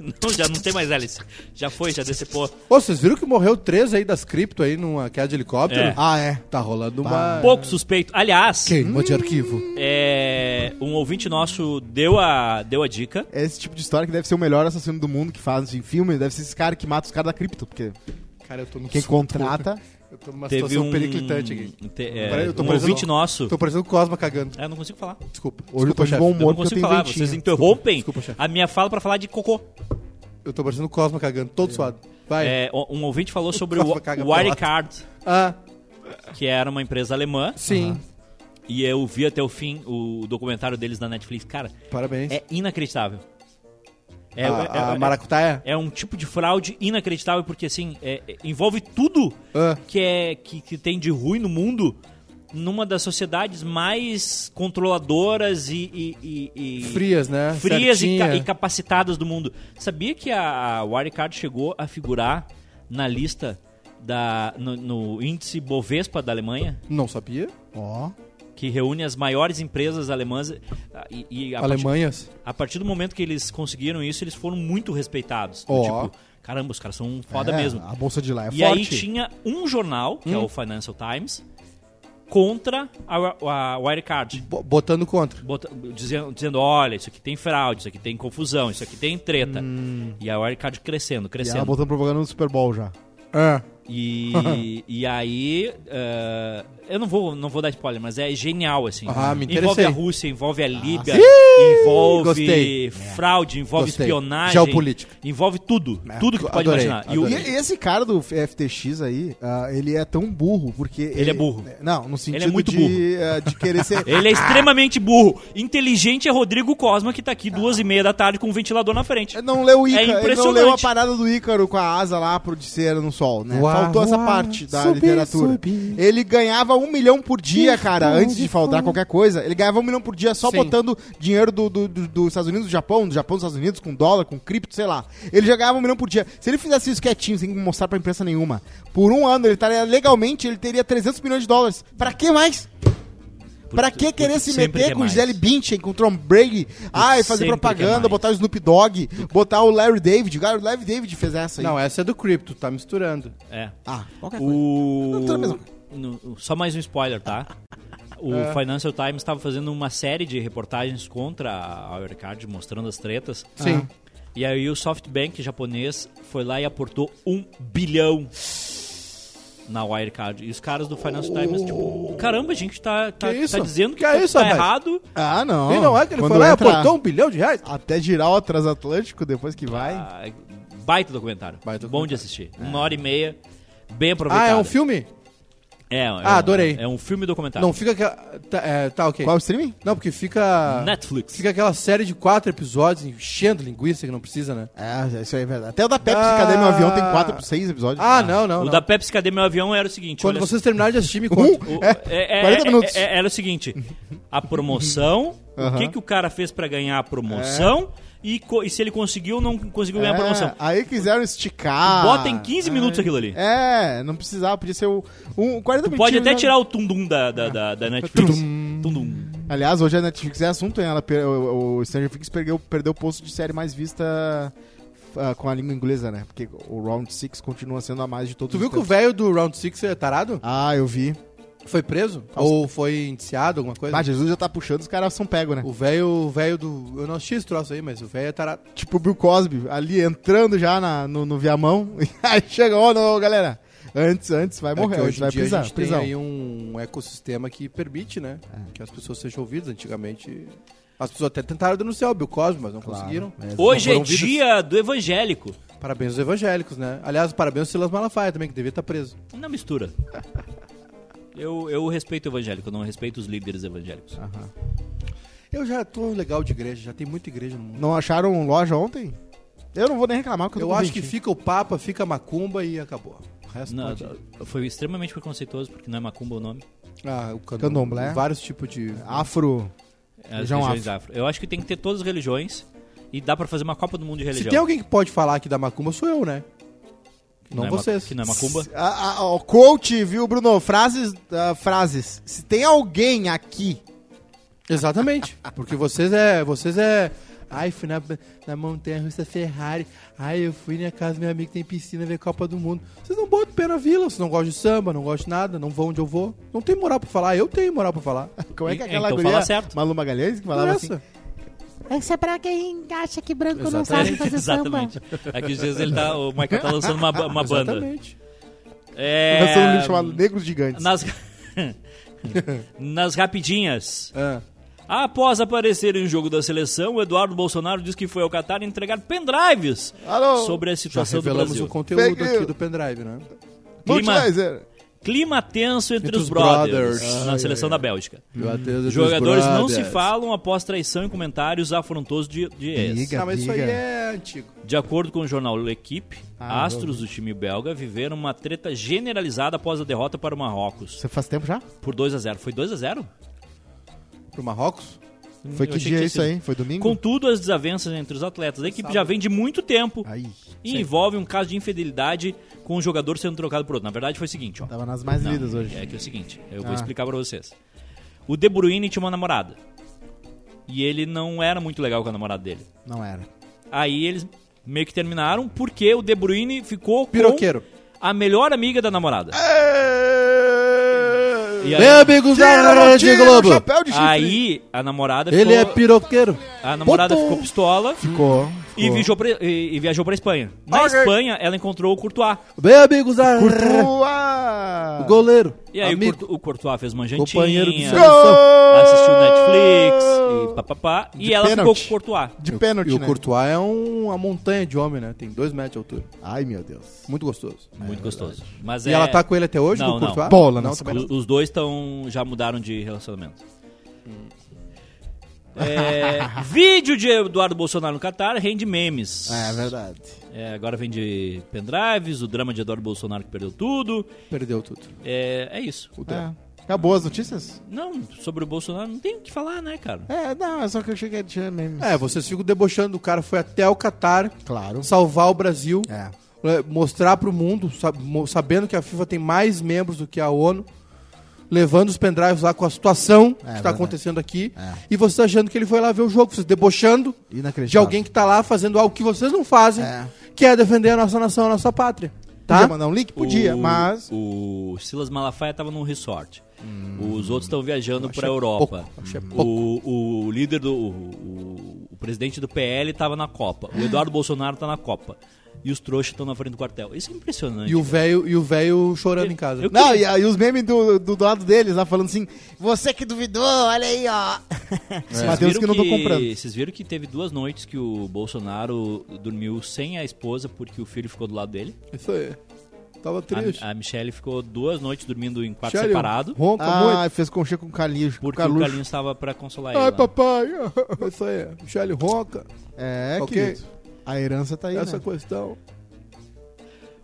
Não, já não tem mais hélice. Já foi, já decepou.
Ô, vocês viram que morreu três aí das cripto aí numa queda de helicóptero?
É.
Ah, é.
Tá rolando uma...
Pouco suspeito. Aliás,
Queima de arquivo.
é, um ouvinte nosso deu a, deu a dica.
É esse tipo de história que deve ser o melhor assassino do mundo que faz em filme. Deve ser esse cara que mata os caras da cripto, porque
Cara, eu tô num
quem
surto.
contrata.
Eu tô numa
Teve
situação
um,
periclitante aqui.
te- é,
Peraí, eu tô
um
parecendo-
ouvinte nosso.
Tô parecendo o Cosma cagando.
É, eu não consigo falar.
Desculpa.
Hoje eu
Desculpa,
tô de
chefe.
um bom
Eu não
humor porque eu
consigo
tenho
falar.
ventinho.
Vocês interrompem
Desculpa, chefe.
a minha fala pra falar de cocô.
Eu tô parecendo o Cosma cagando, todo suado. Vai.
É, o- um ouvinte falou sobre
Rafa
o
caga
Wirecard,
Ah,
que era uma empresa alemã.
sim.
E eu vi até o fim o documentário deles na Netflix. Cara,
Parabéns.
é inacreditável. É,
a,
é,
a
é,
maracutaia?
É um tipo de fraude inacreditável, porque assim, é- é- envolve tudo
Ah.
que, é, que, que tem de ruim no mundo numa das sociedades mais controladoras e. e- e- e-
Frias, né?
frias e, ca-
Certinha.
e capacitadas do mundo. Sabia que a, a Wirecard chegou a figurar na lista da, no, no índice Bovespa da Alemanha,
Não sabia?
É,
Ó.
que reúne as maiores empresas alemãs ah, e, e a partir-
Alemanhas?
a partir do momento que eles conseguiram isso, eles foram muito respeitados.
Ó.
Tipo, caramba, os caras são foda
É,
mesmo.
A bolsa de lá é
e
forte. Hum.
aí tinha um jornal, que é o Financial Times, contra a, a Wirecard.
Bo- Botando contra.
Bota- dizendo, dizendo, olha, isso aqui tem fraude, isso aqui tem confusão, isso aqui tem treta. E a Wirecard crescendo,
Hum. E
Tá
ela
crescendo.
botando propaganda no Super Bowl já.
Ah.
E, e aí. eh, eu não vou, não vou dar spoiler, mas é genial, assim.
Ah, me
envolve
interessei.
a Rússia, envolve a Liga,
Ih,
envolve
gostei.
fraude, envolve
Gostei.
espionagem.
Geopolítica.
Envolve tudo.
É,
tudo que tu pode
adorei,
imaginar.
E,
E o-
e esse cara do FTX aí, ah, ele é tão burro, porque... Ele,
é burro.
Não, no sentido
muito
de,
burro.
ah, de querer ser...
ele é extremamente burro. Inteligente é Rodrigo Cosma, que tá aqui duas e meia da tarde com um ventilador na frente.
Ele não leu o Ícaro, ele não
impressionante.
leu a parada do Ícaro com a asa lá pro de cera no sol, né?
Uá,
Faltou essa
uá,
parte da
subi,
literatura.
subi.
Ele ganhava um milhão por dia,
Que
cara,
foi,
antes de
que
faltar
foi.
qualquer coisa. Ele ganhava um milhão por dia só
Sim.
botando dinheiro do- do- do- dos Estados Unidos, do Japão, do Japão dos Estados Unidos, com dólar, com cripto, sei lá. Ele já ganhava um milhão por dia. Se ele fizesse isso quietinho, sem mostrar pra imprensa nenhuma, por um ano, ele estaria legalmente, ele teria 300 milhões de dólares. Pra que mais? Pra que querer se
sempre
meter
quer
com o
mais.
Gisele Bündchen, com o Tom Brady? Ah, e um fazer
sempre quer
propaganda,
mais.
botar o Snoop Dogg, botar o Larry David. Cara, o Larry David fez essa aí.
Não, essa é do cripto, tá misturando.
É.
Ah, qualquer coisa.
O...
Não, tudo mesmo.
no- só mais um spoiler, tá? O
É.
Financial Times estava fazendo uma série de reportagens contra a Wirecard, mostrando as tretas. Ah.
Sim.
E aí o SoftBank japonês foi lá e aportou um bilhão na Wirecard. E os caras do Financial Times, tipo, caramba, a gente tá, tá,
Oh. Que isso?
tá dizendo que,
Que
tá-
isso,
tá
rapaz?
errado.
Ah, não.
E não é que ele
Quando
foi lá e
entra
aportou um bilhão de reais?
Até girar o transatlântico depois que vai.
Ah, baita documentário.
Baita
Bom de assistir. Uma hora e meia, bem aproveitado.
Ah, é um filme?
É, é
Ah,
um-
adorei.
É um filme documentário.
Não, fica aquela... Tá, é, tá, ok.
Qual o streaming?
Não, porque fica...
Netflix.
Fica aquela série de quatro episódios enchendo linguiça que não precisa, né?
É, isso aí é verdade. Até o da Pepsi,
Ah.
Cadê Meu Avião, tem 4, 6 episódios.
Ah, não, não,
o
não.
da Pepsi Cadê Meu Avião era o seguinte.
Quando
olha
vocês terminarem de assistir, me conta.
O-
É,
é, é,
40
é,
minutos.
é, era o seguinte: a promoção, o que, que o cara fez pra ganhar a promoção e, co- e se ele conseguiu ou não conseguiu ganhar a promoção.
É, aí quiseram esticar.
Bota em 15 minutos aquilo ali.
É, não precisava, podia ser o, um 40 minutos.
Pode até tirar o tundum da, da, da, da Netflix. Tundum.
Aliás, hoje a Netflix é assunto, hein? Ela per- o, o Stranger Things perdeu, perdeu o posto de série mais vista ah, com a língua inglesa, né? Porque o Round 6 continua sendo a mais de todos
Tu
os
viu que o
tempos.
velho do Round Six é tarado?
Ah, eu vi.
Foi preso? Ou foi indiciado, alguma coisa?
Ah, Jesus já tá puxando, os caras são pego, né?
O velho o velho do... Eu não assisti esse troço aí, mas o velho é tarado.
Tipo o Bill Cosby, ali entrando já na, no, no Viamão. E aí chega, ó, não, galera. Antes, antes, vai
É
morrer,
que
antes
hoje em
vai
dia a
prisão,
gente tem
prisão. É.
aí um ecossistema que permite, né? Que as pessoas sejam ouvidas. Antigamente, as pessoas até tentaram denunciar o Bill Cosby, mas não conseguiram.
Hoje é
foram vidas.
dia do evangélico.
Parabéns aos evangélicos, né? Aliás, parabéns ao Silas Malafaia também, que devia estar preso.
Não mistura. Eu, eu respeito o evangélico, eu não respeito os líderes evangélicos.
Eu já tô legal de igreja, já tem muita igreja no mundo.
Não acharam loja ontem? Eu não vou nem reclamar, porque eu,
um- Eu
tô com
acho que
20.
fica o Papa, fica a Macumba e acabou. O resto
Não,
pode...
foi extremamente preconceituoso, porque não é macumba o nome.
Ah, o cano...
Candomblé.
Vários tipos de...
Afro.
É as
Religião
religiões afro. Eu acho que tem que ter todas as religiões e dá pra fazer uma Copa do Mundo de
Se
religião.
tem alguém que pode falar aqui da Macumba, sou eu, né?
Que
Não
é ma-
vocês.
que não é macumba.
A- a- o coach, viu, Bruno? Frases, ah, frases. Se tem alguém aqui,
Exatamente. Porque vocês é. Vocês é. Ai, fui na, na montanha russa Ferrari. Ai, eu fui na casa do meu amigo que tem piscina ver Copa do Mundo. Vocês não botam pé na vila, vocês não gostam de samba, não gostam de nada, não vão onde eu vou. Não tem moral pra falar, eu tenho moral pra falar.
como é que
É,
aquela
então
guria,
fala certo.
Malu Magalhães, que falava assim,
Nossa.
Essa é pra quem acha que branco não sabe
Exatamente,
fazer samba.
Exatamente. Aqui os dias ele tá, o Michael tá lançando uma, ba- uma banda.
Exatamente.
É,
é... um livro chamado Negros Gigantes.
nas... nas rapidinhas.
Ah.
Após aparecer em um jogo da seleção, o Eduardo Bolsonaro diz que foi ao Catar entregar pendrives
Alô?
sobre a
Já
situação do
revelamos
Brasil. Hum.
o conteúdo
Fake news.
aqui do pendrive,
Clima,
né?
é. Multilaser.
Clima tenso entre,
Entre
os
os
brothers,
brothers.
na
Ah,
seleção
é.
da Bélgica.
Meu Deus,
Os
esses
Jogadores não se
brothers.
falam após traição e comentários afrontosos de, de ex.
Ah, mas isso aí
Diga.
é antigo.
De acordo com o jornal L'Equipe,
Ah,
astros do time belga viveram uma treta generalizada após a derrota para o Marrocos
Você faz tempo já?
por 2 a 0. Foi 2 a 0?
Pro Marrocos?
Foi
Eu
que
achei
dia
tinha
isso
sido.
aí? Foi domingo?
Contudo, as desavenças entre os atletas da equipe já vem de muito tempo
Aí.
e envolve um caso de infidelidade com o jogador sendo trocado por outro. Na verdade, foi o seguinte, ó.
Tava nas mais
Não,
lidas hoje.
É que é o seguinte, eu vou
Ah.
explicar pra vocês. O De Bruyne tinha uma namorada. E ele não era muito legal com a namorada dele.
Não era.
Aí eles meio que terminaram porque o De Bruyne ficou
Piroqueiro.
com a melhor amiga da namorada. E
Bem,
aí,
amigos da
Tira,
Rede
tira o
Globo.
chapéu de chifre.
aí a namorada
Ele é
ficou,
piroqueiro.
a namorada
Puto.
ficou pistola
Ficou.
e
ficou.
viajou pra, e, e viajou pra Espanha. Na Espanha, ela encontrou o Courtois.
Bem, amigos da
Courtois!
Goleiro.
E aí o
Amigo.
Courtois- o Courtois fez uma
Companheiro de
jantinha,
seleção.
assistiu Netflix e papapá. E
De
ela
pênalti.
ficou com o Courtois.
De
E
pênalti,
o
né?
Courtois é um- uma montanha de homem, né? Tem dois metros de altura.
Ai, meu Deus.
Muito gostoso.
Muito gostoso. Mas
E
é-
ela tá com ele até hoje,
Não,
com o
não.
Courtois?
Bola
não,
nas
também não.
Os, os dois tão, já mudaram de relacionamento.
Hum.
É, vídeo de Eduardo Bolsonaro no Catar rende memes.
É verdade.
É, agora vem de pendrives, o drama de Eduardo Bolsonaro que perdeu tudo.
Perdeu tudo.
É, é isso.
O Dé.
É. Acabou as notícias?
Não, sobre o Bolsonaro não tem o que falar, né, cara?
É, não, é só que eu cheguei a dizer memes.
É, vocês ficam debochando. O cara foi até o Catar
Claro.
salvar o Brasil,
É.
é, mostrar pro mundo, sab- mo- sabendo que a FIFA tem mais membros do que a ONU, levando os pendrives lá com a situação que está
É verdade.
acontecendo aqui,
É.
e vocês achando que ele foi lá ver o jogo, vocês debochando
Inacreditável.
de alguém que tá lá fazendo algo que vocês não fazem,
É.
que é defender a nossa nação, a nossa pátria.
Podia
Tá?
mandar um link? Podia,
O-
mas...
O Silas Malafaia tava num resort. Os outros estão viajando pra Europa.
Hum. pouco, achei
O, o líder do. O, o- o presidente do PL tava na Copa. O Eduardo Bolsonaro tá na Copa. E os trouxas estão na frente do quartel. Isso é impressionante.
E o velho e o velho chorando em casa.
Eu
Não,
queria-
e, aí os memes do, do, do lado deles lá falando assim, você que duvidou, olha aí, ó. Mas tem uns
Vocês
que
viram
não tô comprando.
Vocês viram que teve duas noites que o Bolsonaro dormiu sem a esposa porque o filho ficou do lado dele.
Isso aí. Tava triste.
A, a Michelle ficou duas noites dormindo em quarto
Sério?
separado
Ronca
Ah,
muito.
fez conchê com calijo.
porque o
calucho.
Carlinhos estava pra consolar
Ai,
ela.
papai. Isso aí. Michele ronca.
É,
Ok.
querido. A herança tá aí,
essa
né?
questão.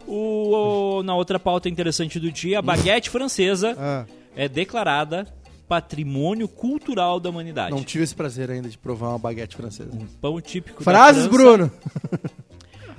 O- o- na outra pauta interessante do dia, a baguete francesa
Ah,
é declarada patrimônio cultural da humanidade.
Não tive esse prazer ainda de provar uma baguete francesa.
Hum.
O pão típico
Frases,
da França,
Bruno!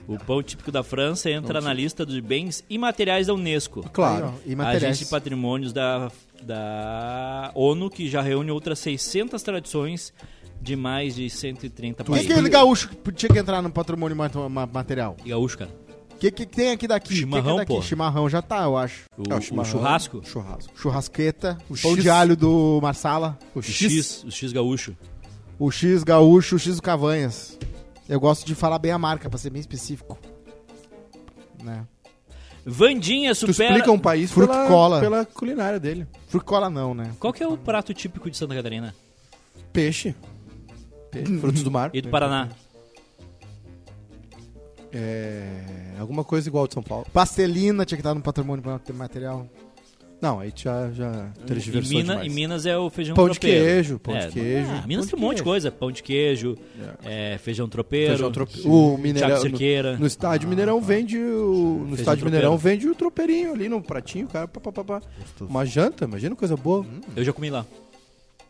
O pão típico da França entra na lista dos bens imateriais da Unesco.
Claro.
aí, ó, e
A
materiais.
Agência de Patrimônios da, da ONU, que já reúne outras 600 tradições de mais de 130
O que,
países.
que o gaúcho que tinha que entrar no patrimônio mat- ma- material?
Gaúcho, cara.
O que, que tem aqui daqui? O que que
Chimarrão,
é daqui?
pô.
Chimarrão já tá, eu acho.
O,
É
o churrasco.
Churrasco.
Churrasqueta, o pão
X.
de alho do Marsala,
O
O
X.
X, o X gaúcho.
o X gaúcho, o X do Cavanhas. Eu gosto de falar bem a marca, pra ser bem específico. Né?
Vandinha
Tu
supera...
explica um país
Fruto
pela,
cola.
pela culinária dele.
Frucola não, né?
Qual que é o prato típico de Santa Catarina?
Peixe. Peixe. Frutos do mar.
E do Paraná?
É, alguma coisa igual de São Paulo.
Pastelina tinha que estar no patrimônio mat- material. né?
Não, aí já, já
E,
tergiversou
Mina-
demais.
e Minas é o feijão
Pão de
tropeiro.
queijo, pão de
É,
queijo.
ah, Minas
pão
tem
de
um monte de
queijo.
coisa. Pão de queijo, é, feijão tropeiro.
Feijão trope- O Mineirão.
Thiago Cerqueira.
No, no
Ah,
estádio Mineirão
tá.
vende o. No estádio
tropeiro.
Mineirão vende o tropeirinho ali no pratinho, cara. Pá, pá, pá, pá. Uma janta, imagina coisa boa.
Hum.
Eu já comi lá.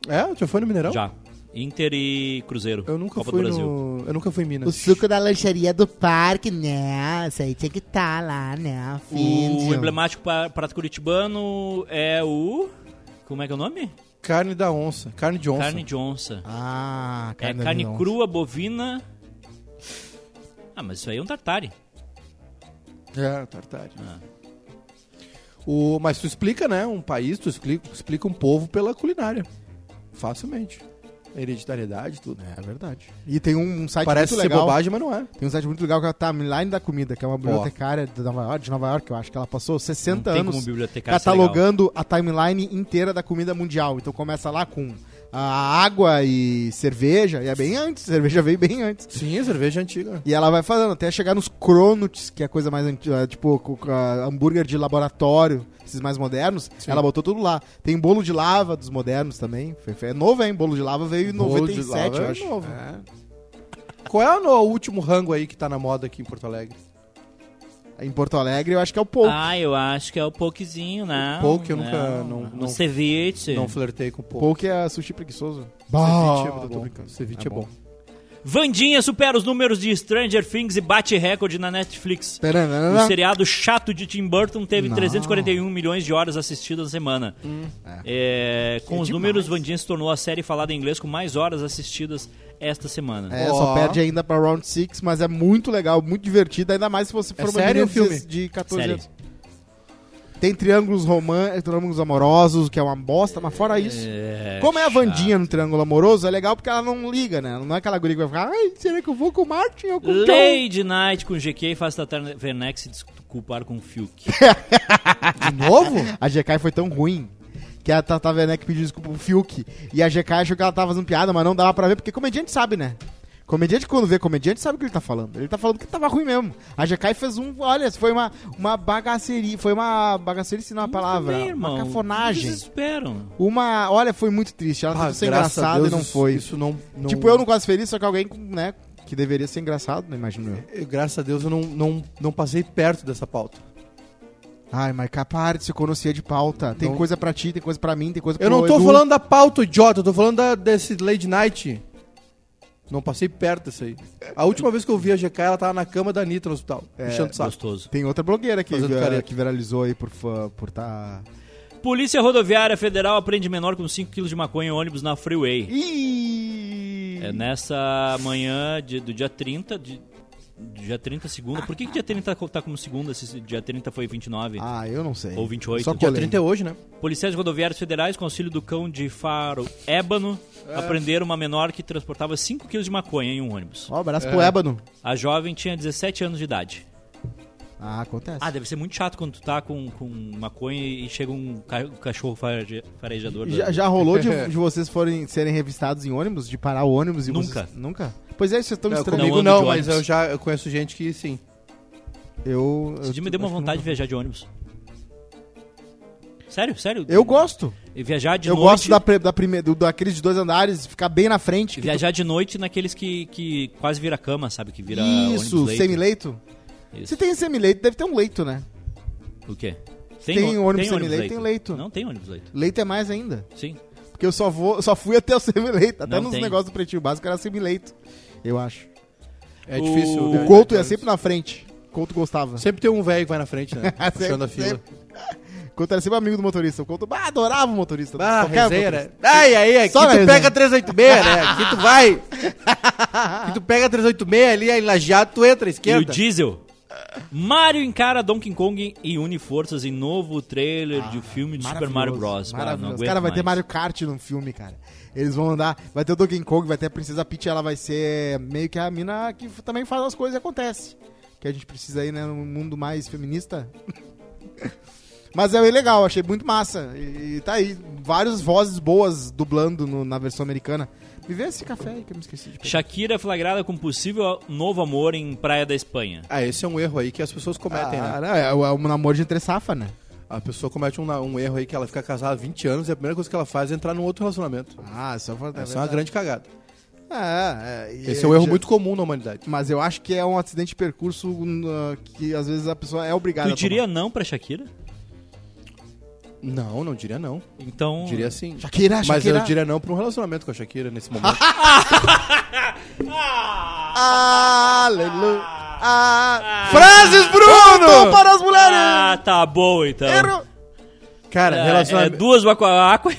É, já foi no Mineirão?
Já. Inter e Cruzeiro.
Eu nunca
Copa
fui
do Brasil.
no. Eu nunca fui em Minas.
O suco é da lancheria do parque, né? Isso aí tinha que estar lá, né?
O
Fíndio.
emblemático pa- prato curitibano é o. Como é que é o nome?
Carne da onça. Carne de onça.
Carne de onça.
Ah,
é
carne,
carne
não.
crua, bovina. Ah, mas isso aí é um tartare.
É, tartare. O, mas tu explica, né? Um país, tu explica, explica um povo pela culinária. Facilmente. Hereditariedade, tudo.
É verdade. E tem um, um site
Parece
muito
ser
legal.
bobagem, mas não é.
Tem um site muito legal que é a Timeline da Comida, que é uma bibliotecária de Nova York, de Nova York, eu acho que ela passou 60
Não tem
anos
como bibliotecária ser legal.
catalogando a timeline inteira da comida mundial. Então começa lá com a água e cerveja, e é bem antes, cerveja veio bem antes.
Sim, cerveja é antiga.
E ela vai fazendo até chegar nos cronuts, que é a coisa mais antiga, tipo co- co- a- hambúrguer de laboratório, esses mais modernos. Ela botou tudo lá. Tem bolo de lava dos modernos também. Foi- foi- É novo, hein? Bolo de lava veio em
Bolo
97,
de lava
eu
é
acho.
novo. Qual é o no- o último rango aí que tá na moda aqui em Porto Alegre?
Em Porto Alegre, eu acho que é o pouco.
Ah, eu acho que é o pokezinho, né?
O poke eu nunca- não- não-
o ceviche.
Não flertei com o pouco.
pouco é sushi preguiçoso.
Ceviche, eu tô
bom.
brincando. Ceviche
É
é bom.
bom.
Vandinha supera os números de Stranger Things e bate recorde na Netflix. O
Taranana.
seriado chato de Tim Burton teve 341 milhões de horas assistidas na semana. É, com
Hum. É
os
demais.
números, Vandinha se tornou a série falada em inglês com mais horas assistidas esta semana.
É, só
Ó.
perde ainda pra Round 6, mas é muito legal, muito divertido, ainda mais se você for
É série ou
menina de-
filme?
de 14
Série.
anos. Tem triângulos românticos, triângulos amorosos, que é uma bosta, mas fora isso. Como é a Vandinha no Triângulo Amoroso, é legal porque ela não liga, né? Não é aquela guria que vai ficar, ai, será que eu vou com o Martin ou com o John?
Lady Night com GK faz Tatiana Werneck se desculpar com o Fiuk.
De novo?
A GK foi tão ruim que a Tata Werneck pediu desculpa pro Fiuk. E a GK achou que ela tava fazendo piada, mas não dava pra ver, porque comediante sabe, né? Comediante, quando vê comediante, sabe o que ele tá falando. Ele tá falando que tava ruim mesmo. A GK fez um. Olha, foi uma, uma bagaceria. Foi uma bagaceria, se não é uma palavra.
Também, irmão.
uma cafonagem.
Eles esperam.
Uma. Olha, foi muito triste. Ela tentou Ah, ser
Ah, graças a
engraçada e
Deus,
não
isso-
foi.
Isso não, não-
Tipo, eu não quase feliz, só que alguém, com, né? Que deveria ser engraçado, né? Imagino eu.
eu- Graças a Deus eu não, não, não passei perto dessa pauta.
Ai, mas capaz de se conhecer de pauta. Tem
Não.
coisa pra ti, tem coisa pra mim, tem coisa pra
Eu não tô falando da pauta, idiota. Eu tô falando da, desse Lady Night. Não passei perto dessa aí. A última vez que eu vi a GK, ela tava na cama da Anitta no hospital.
É,
Puxando o saco.
Gostoso.
Tem outra blogueira que,
Fazendo
eh,
careta.
que viralizou aí por fa- por tá.
Polícia Rodoviária Federal aprende menor com 5 quilos de maconha em ônibus na freeway.
Ih!
É nessa manhã de- do dia 30, de, do dia 30 segunda. Por que, que dia 30 co- tá como segunda se dia 30 foi 29?
Ah, eu não sei.
Ou 28.
Só
Dia
colei.
um.
30 é hoje, né?
Policiais rodoviários federais, com auxílio do cão de faro ébano, aprenderam uma menor que transportava 5 quilos de maconha em um ônibus.
Ó, abraço pro Ébano.
A jovem tinha 17 anos de idade.
Ah, acontece.
Ah, deve ser muito chato quando tu tá com, com maconha e chega um ca- cachorro fareje- farejador.
já, já rolou de, de vocês forem serem revistados em ônibus? De parar o ônibus e
Nunca.
Vocês... Nunca? Pois é, vocês estão
Não,
estranhos.
comigo
ando
não,
de
mas
ônibus.
eu já eu conheço gente que sim.
Eu.
Esse dia me deu uma vontade de viajar de ônibus. Sério, sério.
Eu gosto.
E Viajar de
eu
noite.
gosto da, pre- da prime... do, daqueles de dois andares, ficar bem na frente. que
Viajar de noite naqueles que, que quase vira cama, sabe? Que
tu-
vira
Isso,
ônibus leito.
semi-leito.
Isso.
Se tem semi-leito, deve ter um leito, né?
O quê?
Tem
ô-
ônibus semi-leito, tem leito.
Não tem ônibus leito.
Leito é mais ainda.
Sim.
Porque eu só, vou, só fui até o semi-leito. Até
Não
nos
tem.
negócios do pretinho básico era semi-leito, eu acho.
É
O-
difícil.
o
viajar
O Couto
de
ia
ônibus.
sempre na frente. O Couto gostava.
Sempre tem um velho que vai na frente, né? Puxando a fila.
sempre. O Couto era sempre amigo do motorista. O Couto bah, adorava o motorista.
Ah,
Qualquer
resenha,
motorista.
né? Ai, aí, aqui
Só na
tu
resenha.
pega 386, né? Aqui tu vai. Aqui tu pega 386 ali, aí lajeado, tu entra à
E o
esquerda.
Diesel? Mario encara Donkey Kong e une forças em novo trailer de filme de Super Mario Bros. Cara, não
Ah, Maravilhoso.
aguento
Cara, vai ter
mais.
Mario Kart no filme, cara. Eles vão andar. Vai ter o Donkey Kong, vai ter a Princesa Peach. Ela vai ser meio que a mina que f- também faz as coisas e acontece. Que a gente precisa aí, né? Num mundo mais feminista. Mas é bem legal, achei muito massa. E, e tá aí, várias vozes boas dublando no- na versão americana. Me vê esse café aí que eu me esqueci de pegar.
Shakira é flagrada com possível novo amor em Praia da Espanha.
Ah, esse é um erro aí que as pessoas cometem, né?
Ah, não, é, o- é um namoro de entre safa, né?
A pessoa comete um, um erro aí que ela fica casada há 20 anos e a primeira coisa que ela faz é entrar num outro relacionamento.
Ah, só falta.
Essa é uma grande cagada.
Ah, é, é, e-
Esse é um erro
já-
muito comum na humanidade.
Mas eu acho que é um acidente de percurso uh, que às vezes a pessoa é obrigada
tu diria não pra Shakira?
Não, não diria não.
Então.
Diria sim.
Hum. Shakira,
Mas
Shakira.
eu diria não pra um relacionamento com a Shakira nesse momento.
tomar. Aleluia. Ah, Frases, Bruno! para as mulheres!
Ah, tá bom então.
Quero-
Cara,
É, é,
relacionamento,
duas Aqua Aqua.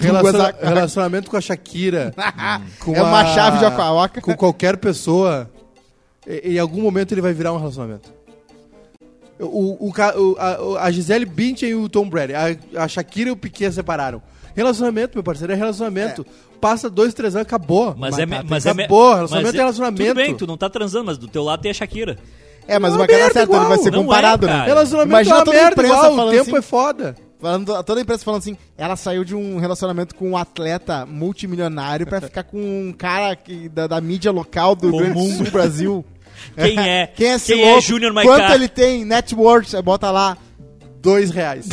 relaciona-
duas-
relacionamento com a Shakira. com
É uma
a-
chave de aquaoca.
Com qualquer pessoa. e- Em algum momento ele vai virar um relacionamento. O, o ca- o- a, o- a Gisele Bündchen e o Tom Brady. A, a Shakira e o Piquet separaram. Relacionamento, meu parceiro, é relacionamento. Passa dois, três anos, acabou.
Mas é, me-
Batata,
mas é me-
acabou. Relacionamento
mas
é relacionamento.
Tudo bem, tu não tá transando, mas do teu lado tem a Shakira.
É, mas
É
uma
uma
cara
merda
certa, ele vai
igual.
ser
Não é,
comparado, né?
cara.
Relacionamento
Imagina
é uma
toda a
merda
imprensa
igual, o
falando
tempo
assim.
é foda.
Falando, toda a imprensa falando assim, ela saiu de um relacionamento com um atleta multimilionário pra ficar com um cara que, da, da mídia local do, Rio Grande do Sul, Brasil.
Quem é?
Quem é esse
Quem é
louco?
Júnior Maiká?
Quanto ele tem? Net worth, aí bota lá.
Dois reais.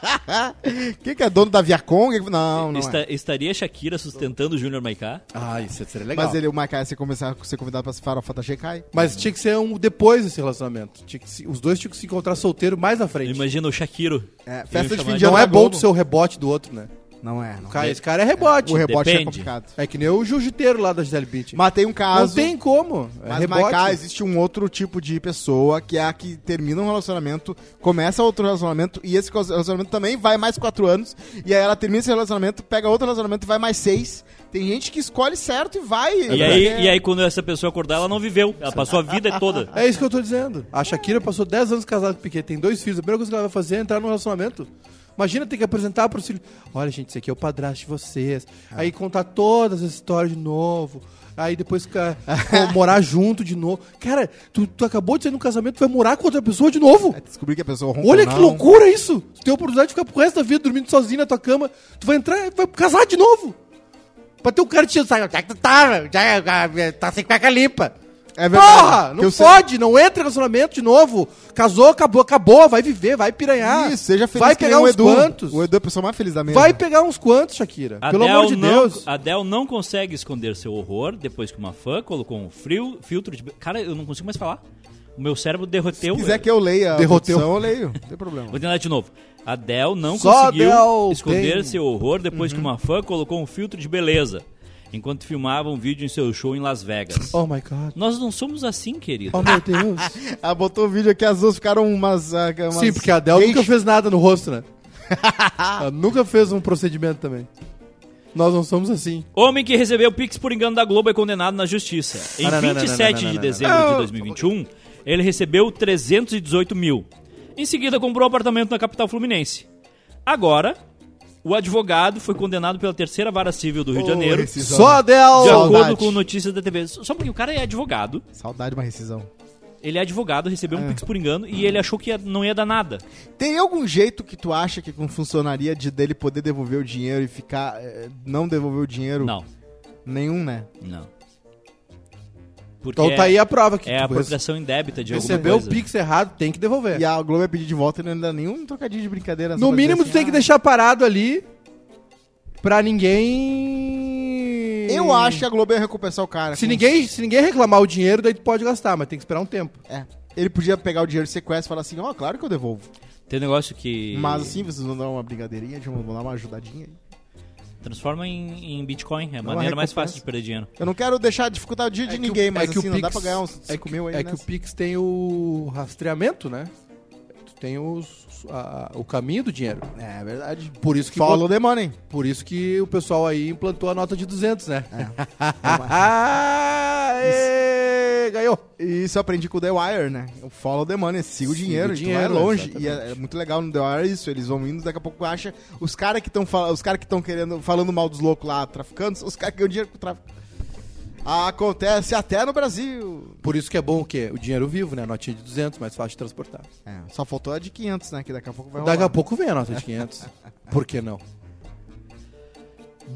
Quem que é dono da Viacom? Quem que- Não, não
Esta-
é.
Estaria Shakira sustentando o Júnior Maiká?
ah, isso seria legal.
Mas ele, o Maiká ia ser, começar a ser convidado pra se farofa da GK.
Mas tinha que ser um depois desse relacionamento. Tinha que se- os dois tinham que se encontrar solteiro mais à frente.
Imagina o Shakiro.
É,
Ele
festa de
chamar
fim de
de-
ano
Não
na
é bom
Globo.
tu ser o rebote do outro, né?
Não é, não.
O cara- esse cara é rebote.
O rebote é
Depende.
complicado.
É que nem o jiu-jiteiro lá da Gisele Beach.
Matei um caso.
Não tem como. É
Mas,
rebote.
Maiká, existe um outro tipo de pessoa que é a que termina um relacionamento, começa outro relacionamento e esse relacionamento também vai mais quatro anos. E aí ela termina esse relacionamento, pega outro relacionamento e vai mais seis. Tem gente que escolhe certo e vai. É.
E aí, e aí, quando essa pessoa acordar, ela não viveu. Ela passou a vida toda.
É isso que eu tô dizendo. A Shakira passou 10 anos casada com o Piquet, tem dois filhos. A primeira coisa que ela vai fazer é entrar num relacionamento. Imagina ter que apresentar pros filhos. Olha, gente, esse aqui é o padrasto de
É.
vocês. Aí contar todas as histórias de novo. Aí depois ficar- morar junto de novo. Cara, tu, tu acabou de sair num casamento, tu vai morar com outra pessoa de novo.
É descobrir que a pessoa ronca.
Olha
ou
que
não.
loucura isso! Tu tem a oportunidade de ficar pro resto da vida dormindo sozinho na tua cama. Tu vai entrar e vai casar de novo. Pra ter um cara te sabe, onde é que tu tá, meu? Já, já, já, tá sem cueca limpa.
É verdade.
Porra!
Que eu
Não
sei-
pode, não entra em relacionamento de novo. Casou, acabou, acabou, vai viver, vai piranhar.
Isso, seja feliz
Vai
que nem
pegar
o
uns
Edu.
quantos.
O Edu é a pessoa mais feliz da mesa.
Vai pegar uns quantos, Shakira. Pelo amor de
não,
Deus.
Adele não consegue esconder seu horror depois que uma fã colocou um frio, filtro de. Cara, eu não consigo mais falar. O meu cérebro derreteu.
Se quiser que eu
Então
leia a
é. Derroteu.
produção, eu leio. Não tem problema.
Vou tentar de novo. Adele não
Só
conseguiu
Adele
esconder
tem. Uhum.
seu horror depois que uma fã colocou um filtro de beleza enquanto filmava um vídeo em seu show em Las Vegas.
Oh my God.
Nós não somos assim, querido.
Oh meu Deus.
Ela Ah, botou o vídeo aqui, as duas ficaram umas... ah, umas-
Sim, porque a Adele nunca fez nada no rosto, né? Ela nunca fez um procedimento também. Nós não somos assim.
Homem que recebeu Pix por engano da Globo é condenado na justiça. Em
Ah, não, não, não,
27
não, não,
de
não,
dezembro de 2021, ele recebeu 318 mil. Em seguida, comprou um apartamento na capital fluminense. Agora, o advogado foi condenado pela terceira vara civil do
um
Rio de
Oh,
Janeiro, de
rescisão.
Só Adele!
acordo
saudade.
com notícias da TV. Só porque o cara é advogado,
Saudade de uma rescisão.
ele é advogado, recebeu um Pix por engano e ele achou que ia- não ia dar nada.
Tem algum jeito que tu acha que funcionaria de dele poder devolver o dinheiro e ficar. eh, Não devolver o dinheiro?
Não,
Nenhum, né?
não. Porque
Então tá aí a prova que
é a
tu rece-
apropriação indébita de alguma
recebeu
coisa.
o Pix errado, tem que devolver.
E a Globo ia pedir de volta e não ia dar nenhum trocadinho de brincadeira. só
É. No
pra dizer
mínimo,
assim,
tu tem que
"Ah,
deixar parado ali pra ninguém.
Ah. Eu acho que a Globo ia recompensar o cara. assim.
Se
com-
ninguém, se ninguém reclamar o dinheiro, daí tu pode gastar, mas tem que esperar um tempo.
É. Ele podia pegar o dinheiro de sequestro e falar assim: ó, claro que eu devolvo.
Tem um negócio que
Mas assim, vocês vão dar uma brincadeirinha, de- vão dar uma ajudadinha. aí.
transforma em, em Bitcoin. É a
Dá uma
maneira mais
recompensa.
fácil de perder dinheiro.
Eu não quero deixar dificultar o dia de
que
ninguém,
o-
mas
que
assim,
o
não dá
Pix-
pra ganhar uns 5
é que,
mil aí.
É
né?
que o Pix tem o rastreamento, né? Tu tem os, a- o caminho do dinheiro.
É verdade.
Por isso que,
Follow the money.
por isso que o pessoal aí implantou a nota de 200, né? Aê, ganhou!
E isso eu aprendi com o The Wire, né? O follow the money, siga o
Siga
dinheiro,
o
e tu
dinheiro,
vai longe.
exatamente.
E é, é muito legal no The Wire isso, eles vão indo, daqui a pouco acha os caras que estão os cara que estão querendo falando mal dos loucos lá, traficando, os caras que ganham dinheiro com o tráfico. Acontece até no Brasil.
Por isso que é bom o quê? O dinheiro vivo, né? A notinha de 200, mais fácil de transportar.
É, só faltou a de 500, né, que daqui a pouco vai
Daqui
rolar.
a pouco vem a nota de 500. Por que não?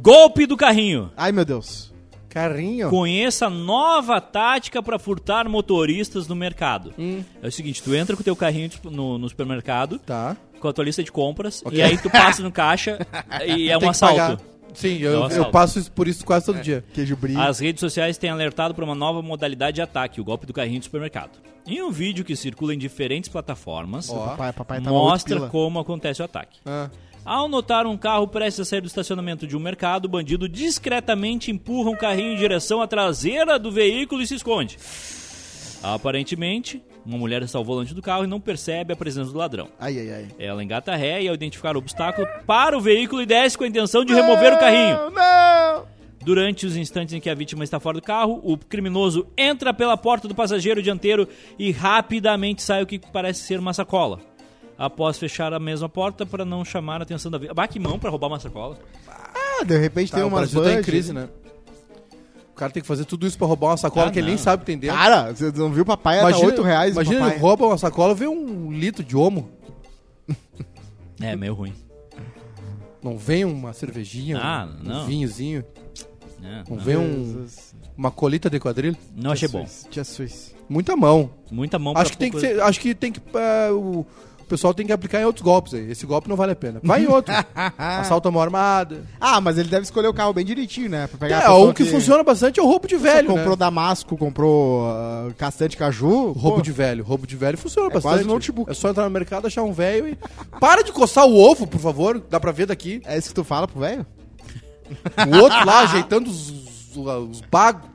Golpe do carrinho.
Ai, meu Deus.
Carrinho.
Conheça nova tática para furtar motoristas no mercado.
Hum.
É o seguinte, tu entra com o teu carrinho tipo, no, no supermercado,
Tá.
com a tua lista de compras, e aí tu passa no caixa e é um
Tem que
assalto.
pagar. Sim, eu,
um
eu
assalto.
passo isso- por isso quase todo dia.
É. Queijo brilho.
As redes sociais têm alertado para uma nova modalidade de ataque, o golpe do carrinho de supermercado. Em um vídeo que circula em diferentes plataformas,
Ó. tá
papai, papai tava
mostra
outro pila.
como acontece o ataque.
Ah.
Ao notar um carro prestes a sair do estacionamento de um mercado, o bandido discretamente empurra um carrinho em direção à traseira do veículo e se esconde. Aparentemente, uma mulher está ao volante do carro e não percebe a presença do ladrão.
Ai, ai, ai.
Ela engata a ré e, ao identificar o obstáculo, para o veículo e desce com a intenção de remover o carrinho.
Não, não.
Durante os instantes em que a vítima está fora do carro, o criminoso entra pela porta do passageiro dianteiro e rapidamente sai o que parece ser uma sacola. Após fechar a mesma porta para não chamar a atenção da vítima. Bah, que mão pra roubar uma sacola.
Ah, de repente
Tá,
tem
o
uma
Brasil tá em crise, né? O cara tem que fazer tudo isso pra roubar uma sacola
Ah,
que ele nem
não.
sabe entender.
Cara, você não viu o papai? Era 8 é, tá reais o
imagina
papai.
ele rouba uma sacola, vê um litro de homo.
É, meio ruim.
Não vem uma cervejinha,
Ah,
um, um
não.
vinhozinho,
É,
não
não.
vem um, uma colita de quadrilha.
Não achei bom.
Tia Suíça.
Muita mão.
Muita mão
acho
pra
que tem que
pouca-
ser, acho que tem que é, o o pessoal tem que aplicar em outros golpes aí. Esse golpe não vale a pena. Vai em outro. Assalta uma armada.
Ah, mas ele deve escolher o carro bem direitinho, né? Pra pegar a
É,
pessoa
um que, funciona bastante é o roubo de
Você
velho.
comprou
né?
Damasco, comprou ah, Castanho de Caju.
Roubo
pô,
de velho. Roubo de velho funciona
É
bastante.
quase um notebook.
É só entrar no mercado, achar um velho e. Para de coçar o ovo, por favor. Dá pra ver daqui.
É isso que tu fala pro velho?
O outro lá ajeitando os, os bagos.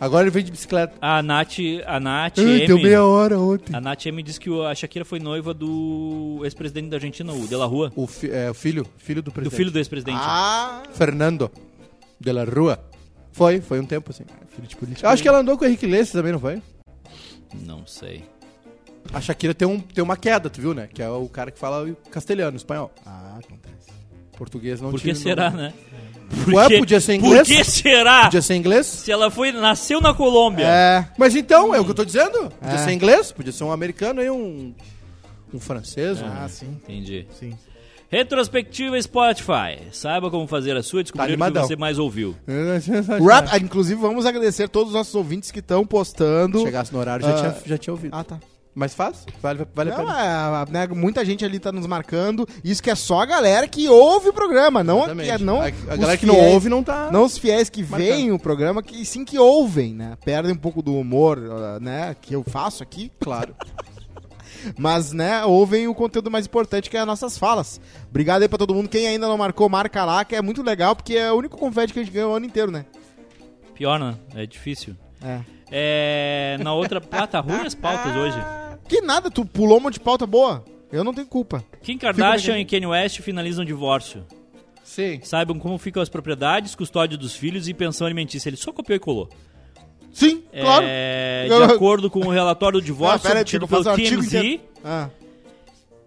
Agora ele vem de bicicleta.
A Nath. A Nath.
Ai, é deu
M,
meia hora ontem.
a Nath M disse que o- a Shakira foi noiva do ex-presidente da Argentina, o De La Rua.
O, fi- é, o filho, filho do
Do
presidente.
filho do ex-presidente.
Ah!
Fernando de la Rua. Foi, foi um tempo assim. Eu acho que ela andou com o Henrique Lesse também, não foi?
Não sei.
A Shakira tem, um, tem uma queda, tu viu, né? Que é o cara que fala castelhano, espanhol.
Ah, acontece.
Português não
Por
tinha.
que será,
não-
né?
Ué, podia ser
Por
inglês?
que será?
Podia ser inglês?
Se ela foi, nasceu na Colômbia.
É.
Mas então, é o que eu tô dizendo. Podia
É.
ser inglês, podia ser um americano e um. Um francês. um-
Ah, sim.
Entendi.
Sim.
Retrospectiva Spotify. Saiba como fazer a sua e
Tá
descobrir o que
animadão.
você mais ouviu.
Tá
Rap, ah, inclusive, vamos agradecer todos os nossos ouvintes que estão postando.
Chegasse no horário, já,
Ah.
tinha, já tinha ouvido.
Ah, tá.
Mas faz, vale, vale a
Não,
pena.
é, né, muita gente ali tá nos marcando. Isso que é só a galera que ouve o programa, não, a, que- é
Exatamente.
não
a, a
os
galera que não
fiéis-
ouve não tá.
Não os fiéis que
Marcando.
veem o programa, que sim que ouvem, né? Perdem um pouco do humor, ah, né? Que eu faço aqui.
Claro.
Mas, né, ouvem o conteúdo mais importante, que é as nossas falas. Obrigado aí pra todo mundo. Quem ainda não marcou, marca lá, que é muito legal, porque é o único confete que a gente ganha o ano inteiro, né?
Pior, né? É difícil.
É.
É, na outra. Ah, tá ruim as pautas hoje.
Que nada, tu pulou um monte de pauta boa. Eu não tenho culpa.
Kim Kardashian e Kanye West finalizam divórcio.
Sim.
Saibam como ficam as propriedades, custódia dos filhos e pensão alimentícia. Ele só copiou e colou.
Sim, claro.
É,
Eu-
de acordo com o relatório do divórcio
Ah, pera aí,
obtido
deixa eu
pelo
fazer um artigo
TMZ,
inteiro. Ah,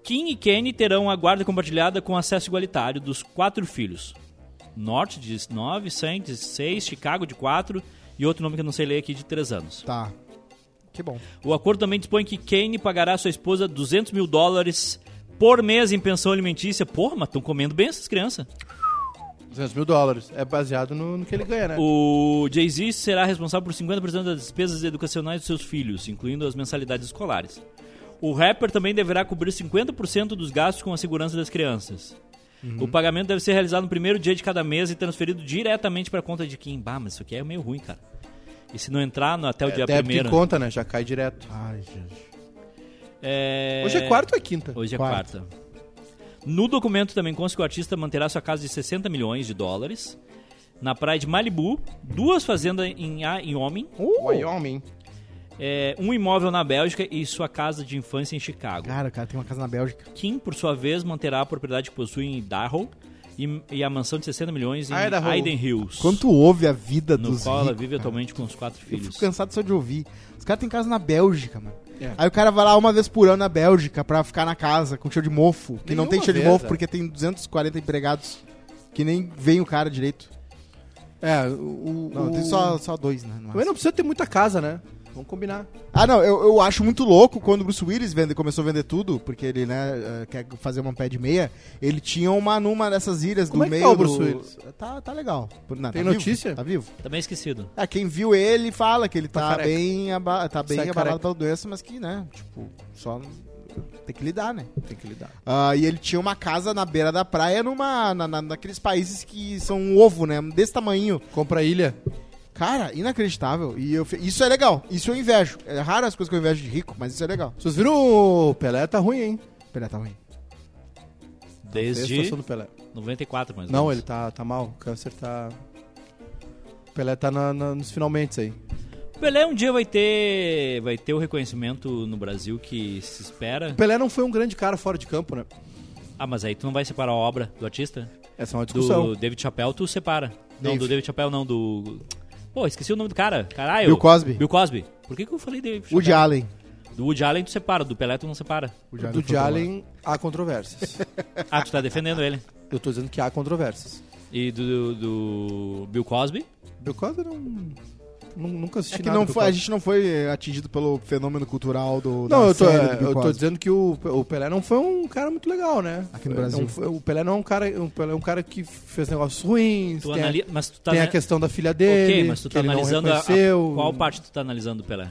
Kim e Kanye terão a guarda compartilhada com acesso igualitário dos quatro filhos. Norte de 9, 100 de 6, Chicago de 4 e outro nome que eu não sei ler aqui de 3 anos.
tá. Que bom.
O acordo também dispõe que Kane pagará à sua esposa 200 mil dólares por mês em pensão alimentícia. Porra, mas estão comendo bem essas crianças.
200 mil dólares. É baseado no, no que ele ganha, né?
O Jay-Z será responsável por 50% das despesas educacionais dos seus filhos, incluindo as mensalidades escolares. O rapper também deverá cobrir 50% dos gastos com a segurança das crianças.
Uhum.
O pagamento deve ser realizado no primeiro dia de cada mês e transferido diretamente para a conta de Kim. Bah, mas isso aqui é meio ruim, cara. E se não entrar no- até o dia
Débito em
primeiro...
conta, né? Já cai direto.
Ai, gente.
É...
Hoje é quarta ou é quinta?
Hoje é quarta. No documento também consta que o artista manterá sua casa de 60 milhões de dólares, na praia de Malibu, duas fazendas em, A- em Homem,
Uh! Wyoming.
é, um imóvel na Bélgica e sua casa de infância em Chicago.
Cara, o cara tem uma casa na Bélgica.
Kim, por sua vez, manterá a propriedade que possui em Idaho e, e a mansão de 60 milhões em
Idaho.
Hayden Hills,
Quanto ouve a vida
no
dos
qual ela
ricos,
vive
cara.
atualmente com os quatro
Eu
filhos.
fico cansado só de ouvir. Os caras têm casa na Bélgica, mano.
É.
Aí o cara vai lá uma vez por ano na Bélgica pra ficar na casa com cheiro de mofo. Que não tem
Nenhuma
cheiro de
vez,
mofo
é.
porque tem 240 empregados que nem vem o cara direito.
É, o. o-
Não,
o-
tem só, só dois, né? no
Também não precisa ter muita casa, né? Vamos combinar.
Ah, não, eu, eu acho muito louco quando o Bruce Willis vende, começou a vender tudo, porque ele, né, eh, quer fazer uma pé de meia. Ele tinha uma numa dessas ilhas
Como é
do
que
meio.
tá o Bruce
do-
Willis?
Tá, tá legal. Não,
Tem
tá vivo,
notícia?
tá vivo.
Também esquecido.
Ah, quem viu ele fala que ele
Tá
tá,
careca.
bem, aba tá bem
Sai
abalado
careca.
pela doença, mas que, né, tipo, só tem que lidar, né?
Tem que lidar.
Ah, e ele tinha uma casa na beira da praia, numa, na, na- naqueles países que são um ovo, né? Desse tamanho.
Compra a ilha.
Cara, inacreditável. E eu, fe- isso é legal. Isso eu invejo. É raro as coisas que eu invejo de rico, mas isso é legal.
Vocês viram o Pelé tá ruim, hein?
Pera, tá ruim.
Essa é a
Desde
situação do Pelé.
94, mais ou
Não,
menos.
ele tá, tá mal. O câncer tá. O Pelé tá na- na- nos finalmente aí.
Pelé um dia vai ter, vai ter o reconhecimento no Brasil que se espera.
O Pelé não foi um grande cara fora de campo, né?
Ah, mas aí tu não vai separar a obra do artista?
Essa é uma discussão.
Do David Chappelle, tu separa. Não,
Dave.
do David Chappelle, não, do. Pô, esqueci o nome do cara. Caralho.
Bill Cosby.
Bill Cosby. Por que, que eu falei David
Woody
Chappelle?
Allen.
Do Woody Allen tu separa, do Pelé tu não separa.
Woody
Do
foi
Jalen né? há controvérsias.
Ah, tu tá defendendo ele.
Eu tô dizendo que há controvérsias.
E do, do Bill Cosby?
Bill Cosby não. nu- nunca assisti
É que
nada.
não
do
foi, a
Pelé.
gente não foi eh, atingido pelo fenômeno cultural do. da
Não, eu tô,
série do
é,
Bill
eu tô
Cosby.
dizendo que o, o Pelé não foi um cara muito legal, né?
Aqui no
Não
Brasil.
foi- o Pelé não é um cara, um, Pelé é um cara que fez negócios ruins,
Tu
tem, a,
analisa, mas tu tá
tem a
na-
questão da filha dele,
ok, mas tu tá
que ele
analisando
não
a- a-
reconheceu.
qual parte tu tá analisando do Pelé?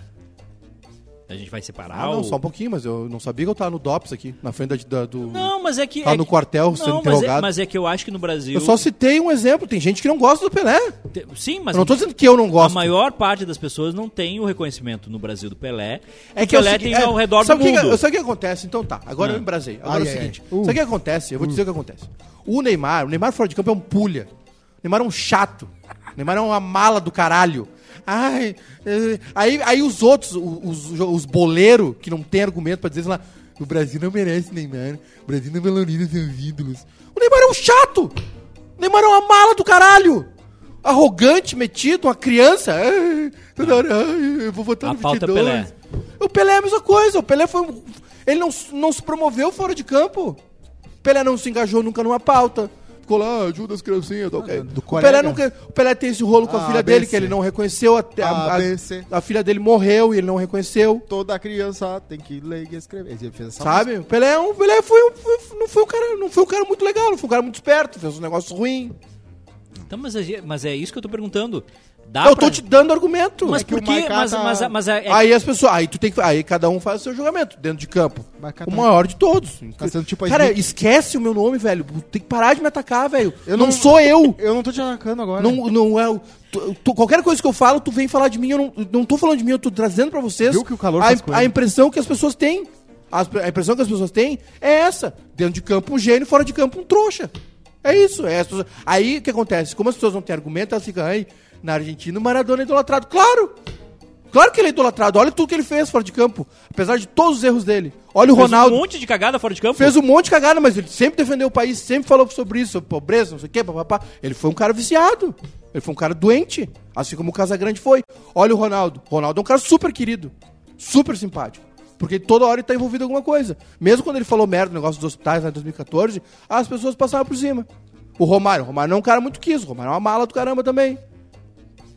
A gente vai separar
Ah,
o...
não, só um pouquinho, mas eu não sabia que eu tava no DOPS aqui, na frente da, da- do...
Não, mas é que...
Tá
é
no
que-
quartel sendo
não, mas é,
interrogado.
mas é que eu acho que no Brasil...
Eu só citei um exemplo, tem gente que não gosta do Pelé.
Te- Sim, mas Ah,
Eu não tô dizendo que eu não gosto.
a maior parte das pessoas não tem o reconhecimento no Brasil do Pelé.
É
O
que é o
Pelé
seguinte-
tem
é,
ao redor
sabe
do
o que que-
mundo.
sabe o que acontece? Então tá, agora eu embrasei. Agora
Ai,
é o
ai,
seguinte.
ai. Uh.
Sabe o que acontece? Eu vou dizer o que acontece. O Neymar, o Neymar fora de campo é um pulha. O Neymar é um chato. O Neymar é uma mala do caralho. Ai, eh, aí, aí os outros, o- os, jo- os boleiros que não tem argumento pra dizer sei lá, o Brasil não merece Neymar, o Brasil não valoriza seus ídolos. O Neymar é um chato! O Neymar é uma mala do caralho! Arrogante, metido, uma criança. Ai, toda hora, ai, eu vou votar
A
no
pauta é
22.
Pelé.
O Pelé é a mesma coisa. O Pelé foi. um- Ele não, s- não se promoveu fora de campo. O Pelé não se engajou nunca numa pauta. Ficou lá, ajuda as criancinhas, tá ok.
Ah, é, do
o,
colega.
Pelé nunca, o Pelé tem esse rolo com a
Ah,
filha
ABC.
dele, que ele não reconheceu. Até a, a-
ABC.
a filha dele morreu e ele não reconheceu.
Toda criança tem que ler e escrever. Ele fez essa
Sabe? O Pelé, é um- o Pelé foi um- foi- não, foi um cara, não foi um cara muito legal, não foi um cara muito esperto, fez um negócio ruim.
Então, mas, a gente- mas é isso que eu tô perguntando. Dá
eu
pra-
tô te dando é argumento.
Mas
que o
por quê?
Maiká
Mas,
tá-
mas, mas é- é-
Aí as pessoas. Aí tu tem que. Aí cada um faz o seu julgamento dentro de campo.
Mas cada- um
O maior de todos.
Tá sendo tipo a
Cara,
Smith.
esquece o meu nome, velho. Tem que parar de me atacar, velho.
Eu
Eu
não-
não, sou eu.
Eu não tô te arrancando agora. né?
não, não é o. tu- tu- qualquer coisa que eu falo, tu vem falar de mim. Eu não, eu não tô falando de mim, eu tô trazendo pra vocês
Viu que o calor
a,
faz coisa.
a impressão que as pessoas têm. As- a impressão que as pessoas têm é essa. Dentro de campo um gênio, fora de campo um trouxa. É isso. é as pessoas- Aí o que acontece? Como as pessoas não têm argumento, elas ficam aí. Na Argentina, o Maradona é idolatrado. Claro! Claro que ele é idolatrado. Olha tudo que ele fez fora de campo. Apesar de todos os erros dele. Olha o
fez
Ronaldo.
um monte de cagada fora de campo.
Fez um monte de cagada, mas ele sempre defendeu o país, sempre falou sobre isso, sobre pobreza, não sei o quê, papapá. Ele foi um cara viciado. Ele foi um cara doente. Assim como o Casagrande foi. Olha o Ronaldo. O Ronaldo é um cara super querido. Super simpático. Porque toda hora ele tá envolvido em alguma coisa. Mesmo quando ele falou merda no negócio dos hospitais lá em 2014, as pessoas passavam por cima. O Romário. O Romário não é um cara muito quiso. O Romário é uma mala do caramba também.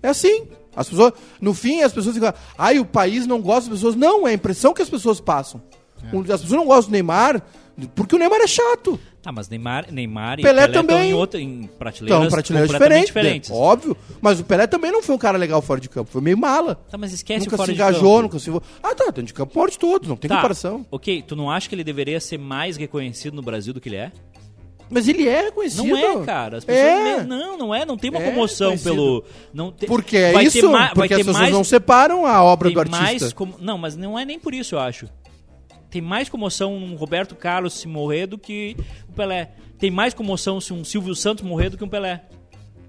É assim. As pessoas, no fim, as pessoas ficam, ai, o país não gosta das pessoas. Não, é a impressão que as pessoas passam.
É.
Um- As pessoas não gostam do Neymar porque o Neymar é chato.
Tá, mas Neymar, Neymar e
Pelé
tão
também.
em, outra, em prateleiras,
Então, prateleira
completamente
diferente.
diferentes.
né? Óbvio. Mas o Pelé também não foi um cara legal fora de campo. Foi meio mala.
Tá, mas esquece
nunca
o fora
se
de
engajou,
campo.
nunca se... Ah, tá, dentro de campo maior de todos. Não tem
Tá,
comparação.
ok, tu não acha que ele deveria ser mais reconhecido no Brasil do que ele é?
Mas ele é reconhecido.
Não é, cara. As pessoas
É.
me- não, não é. Não tem uma
É
comoção
conhecido.
pelo. Não te-
Porque é
vai ter
isso.
ma- vai
Porque
ter
as pessoas
mais-
não separam a obra
tem
do artista.
mais como- Não, mas não é nem por isso, eu acho. Tem mais comoção um Roberto Carlos se morrer do que o Pelé. Tem mais comoção se um Silvio Santos morrer do que um Pelé.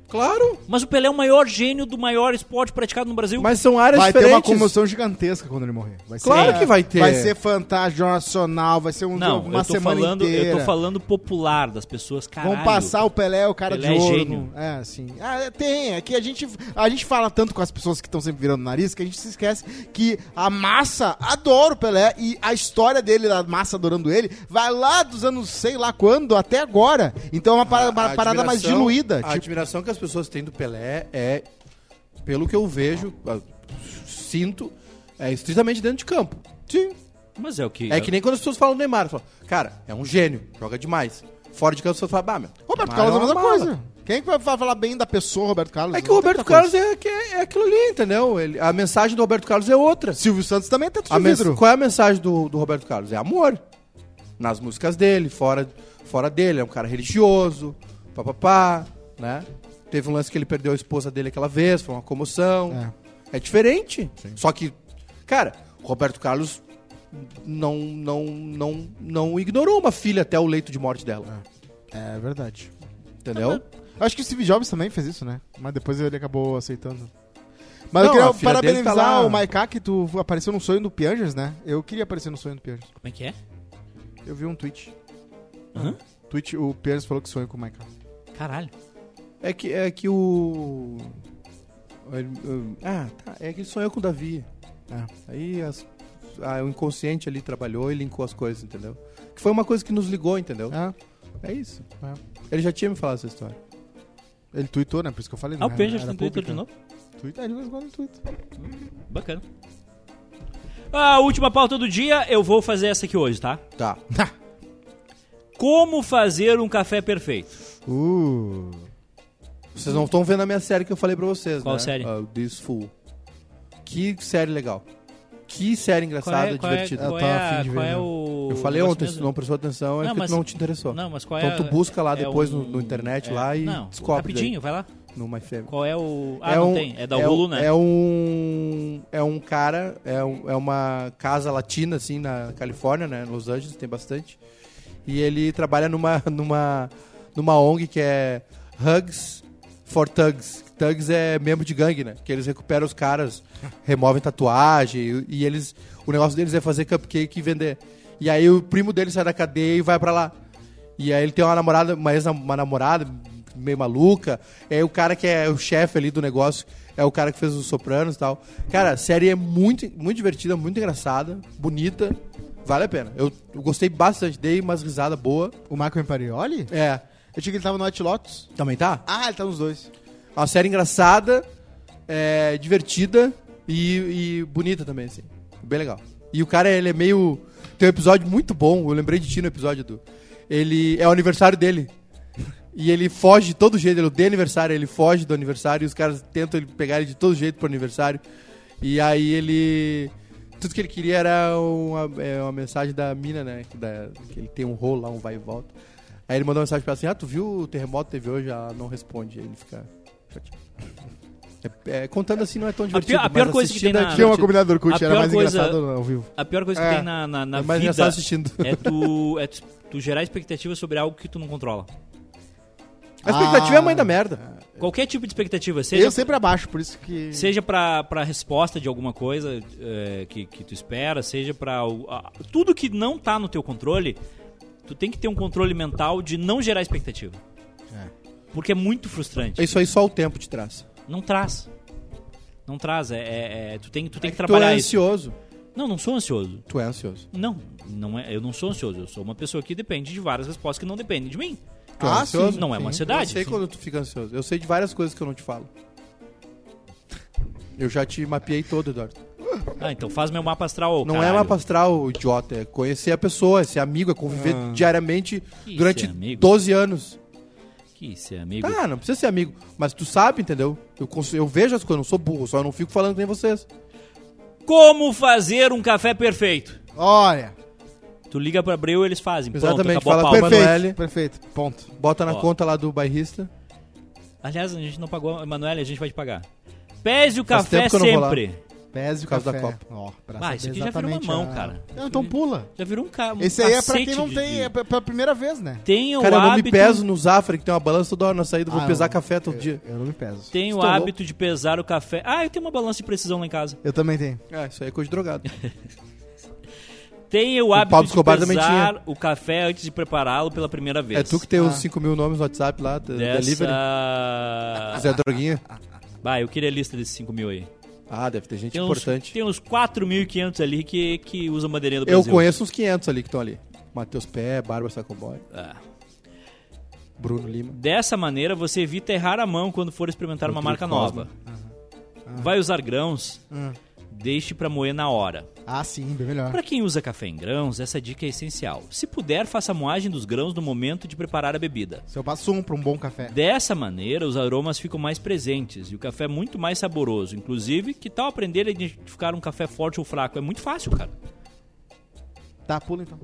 Claro.
Mas o Pelé é o maior gênio do maior esporte praticado no Brasil.
Mas são áreas
Vai ter
diferentes.
uma comoção gigantesca quando ele morrer. Vai ser-
Claro que vai ter.
Vai ser fantástico, nacional, vai ser um
não,
jogo, uma
eu tô
semana
falando,
inteira.
eu tô falando popular das pessoas, caralho.
Vão passar o Pelé, o cara
Pelé
de
é
ouro.
gênio.
É, assim. Ah, tem, é que a gente, a gente fala tanto com as pessoas que estão sempre virando o nariz que a gente se esquece que a massa adora o Pelé e a história dele, da massa adorando ele, vai lá dos anos sei lá quando até agora. Então é uma parada, uma
A
parada mais
Ah, admiração-
diluída.
A
tipo,
admiração que as pessoas têm do Pelé é, pelo que eu vejo, ah, sinto, é estritamente dentro de campo. Sim.
Mas é o que.
É que nem quando as pessoas falam do Neymar. Falam, cara, é um gênio, joga demais. Fora de campo, as pessoas falam, bah, meu.
Roberto
Neymar
Carlos é a
uma
mesma
bala."
coisa. Quem é que vai fa- falar bem da pessoa, Roberto Carlos?
É que o
Não tem
Roberto
muita coisa.
Carlos é, que- é aquilo ali, entendeu? Ele- a mensagem do Roberto Carlos é outra.
Silvio Santos também é teto
A
de
mens-
vidro.
qual é a mensagem do, do Roberto Carlos? É amor. Nas músicas dele, fora, fora dele, é um cara religioso, papapá, né? Teve um lance que ele perdeu a esposa dele aquela vez, foi uma comoção. É, diferente. Só que, cara, o Roberto Carlos não, não, não, não ignorou uma filha até o leito de morte dela,
É verdade.
entendeu?
Acho que o Steve Jobs também fez isso, né? Mas depois ele acabou aceitando. Mas
Não,
eu
a
queria
filha dele tá
parabenizar
lá.
o Maiká, que tu apareceu no sonho do Piangers, né? Eu queria aparecer no sonho do Piangers.
Como é que é?
Eu vi um tweet.
Hã?
tweet o Piangers falou que sonhou com o Maiká.
Caralho.
É que, é que o... ele- eu- ah, tá. É que ele sonhou com o Davi. É, Aí as- ah, o inconsciente ali trabalhou e linkou as coisas, entendeu? Que foi uma coisa que nos ligou, entendeu?
É.
É isso. Ele já tinha me falado essa história.
Ele tweetou, né? Por isso que eu falei.
Ah, o
né?
Peixe
Era
no Twitter
pública.
de novo?
Twitter? É, de vez em quando no Twitter.
Bacana. A última pauta do dia, eu vou fazer essa aqui hoje, tá?
Tá.
Como fazer um café perfeito?
Uh.
Vocês não estão vendo a minha série que eu falei pra vocês,
Qual
né?
série?
Ah, This Fool. Que série legal. Que série engraçada, divertida.
qual
Qual
é Eu tava a-
é,
afim de qual ver, é né?
o...
Eu falei ontem, se tu não prestou atenção, é
Não,
porque
mas-
tu não te interessou.
Não, mas qual é...
então tu busca lá
é
depois
um-
no, no internet
é,
lá e
não,
descobre daí,
Rapidinho, vai lá.
no My Family.
Qual é o... Ah, não tem. É da Hulu,
um,
né?
É um, é um cara, é, um- é uma casa latina, assim, na Califórnia, né? Los Angeles, tem bastante. E ele trabalha numa, numa, numa ONG que é Hugs for Thugs. Thugs é membro de gangue, né? Que eles recuperam os caras, removem tatuagem e, e eles... O negócio deles é fazer cupcake e vender. E aí o primo dele sai da cadeia e vai pra lá. E aí ele tem uma namorada, uma ex uma namorada meio maluca. E aí o cara que é o chefe ali do negócio é o cara que fez os Sopranos e tal. Cara, a série é muito, muito divertida, muito engraçada, bonita. Vale a pena. Eu, eu gostei bastante, dei umas risadas boas.
O Michael Imperioli?
É.
Eu tinha que ele tava no Hot Lotus.
Também tá? É
Ah, ele tá nos dois.
Uma série engraçada, é, divertida e, e bonita também, assim. Bem legal. E o cara, ele é meio. Tem um episódio muito bom, eu lembrei de ti no episódio do. Ele. É o aniversário dele. E ele foge de todo jeito, ele odeia aniversário, ele foge do aniversário e os caras tentam ele pegar ele de todo jeito pro aniversário. E aí ele. Tudo que ele queria era uma, é, uma mensagem da mina, né? Que, da- que ele tem um rolo lá, um vai e volta. Aí ele mandou uma mensagem pra ela assim: Ah, tu viu o terremoto que teve hoje? Ela não responde. Aí ele fica chateado. É- é, contando assim não é tão divertido.
pior- a pior
mas
coisa que tem
assistindo é
na-
Tinha
divertido.
uma comunidade do Orkut,
A
era
pior
mais
coisa-
engraçado ao vivo.
A pior coisa
É.
que tem na, na, na
É mais
vida
engraçado assistindo.
é tu, é tu, tu gerar expectativa sobre algo que tu não controla.
A expectativa é a mãe
Ah,
da merda.
Qualquer tipo de expectativa, seja
Eu sempre abaixo, por isso que.
Seja pra, pra resposta de alguma coisa é, que, que tu espera, seja pra. o- a- tudo que não tá no teu controle, tu tem que ter um controle mental de não gerar expectativa. Porque é muito frustrante.
Isso aí só o tempo te traz.
Não traz. Não traz. É, é- é- tu tem, tu tem que
Tu é
trabalhar isso.
ansioso.
Não, não sou ansioso.
Tu é ansioso.
Não, não é, eu não sou ansioso. Eu sou uma pessoa que depende de várias respostas que não dependem de mim.
Tu
Ah,
é ansioso?
Não é uma
Eu
ansiedade.
sei quando tu fica ansioso. Eu sei de várias coisas que eu não te falo. Eu já te mapeei todo, Eduardo.
Ah, então faz meu mapa astral.
Não é
caralho.
mapa astral, idiota. É conhecer a pessoa, é ser amigo, é conviver diariamente
Ah. Que
durante
ser amigo?
12 anos.
Que isso, é amigo.
Tá, não precisa ser amigo. Mas tu sabe, entendeu? Eu, cons- eu vejo as coisas, eu não sou burro, só eu não fico falando que nem vocês.
Como fazer um café perfeito?
Olha.
Tu liga pra Abreu e eles fazem. Pronto,
Exatamente,
acabou
fala
a
com
pauta.
ele.
Perfeito.
Manoel.
Perfeito. Ponto.
Bota na
Ó.
conta lá do bairrista.
Aliás, a gente não pagou. Emanuele, a gente vai te pagar. Pese o
Faz
café
tempo que eu não vou lá.
sempre.
Pese o
Por causa
café.
da Copa.
Ó, pra
Bah,
saber
isso aqui já virou uma
exatamente
mão,
a-
cara.
Não, então pula.
Já virou um cara. Um
Esse aí é pra
cacete
quem não
de-
tem,
de-
é pra- pra primeira vez, né?
Tem o
Cara, eu não
hábito. É.
me peso no Zafra, que tem uma balança toda hora na saída, vou
Ah,
pesar
não.
café todo dia.
Eu não me peso.
Tem o
Estou
hábito de pesar o café. Ah, eu tenho uma balança de precisão lá em casa.
Eu também tenho.
Ah, isso aí é coisa de drogado.
Tem o hábito
Paulo
de
Escobar também
pesar o café antes de prepará-lo pela primeira vez.
é tu que tem os 5 mil nomes no WhatsApp lá, da- delivery.
Dessa...
Zé Droguinha.
Bah, eu queria a lista desses 5 mil aí.
Ah, deve ter gente
Tem uns,
importante.
tem uns 4.500 ali que, que usa bandeirinha do
Eu
Brasil.
conheço uns 500 ali que estão ali. Matheus Pé, Bárbara Sacomboy,
Ah.
Bruno Lima.
Dessa maneira, você evita errar a mão quando for experimentar uma marca nova. Vai usar grãos? Deixe pra moer na hora.
Ah, sim, bem melhor.
Pra quem usa café em grãos, essa dica é essencial. Se puder, faça a moagem dos grãos no momento de preparar a bebida.
Se eu passo um pra um bom café.
Dessa maneira, os aromas ficam mais presentes e o café é muito mais saboroso. Inclusive, que tal aprender a identificar um café forte ou fraco? É muito fácil, cara.
Tá, pula então.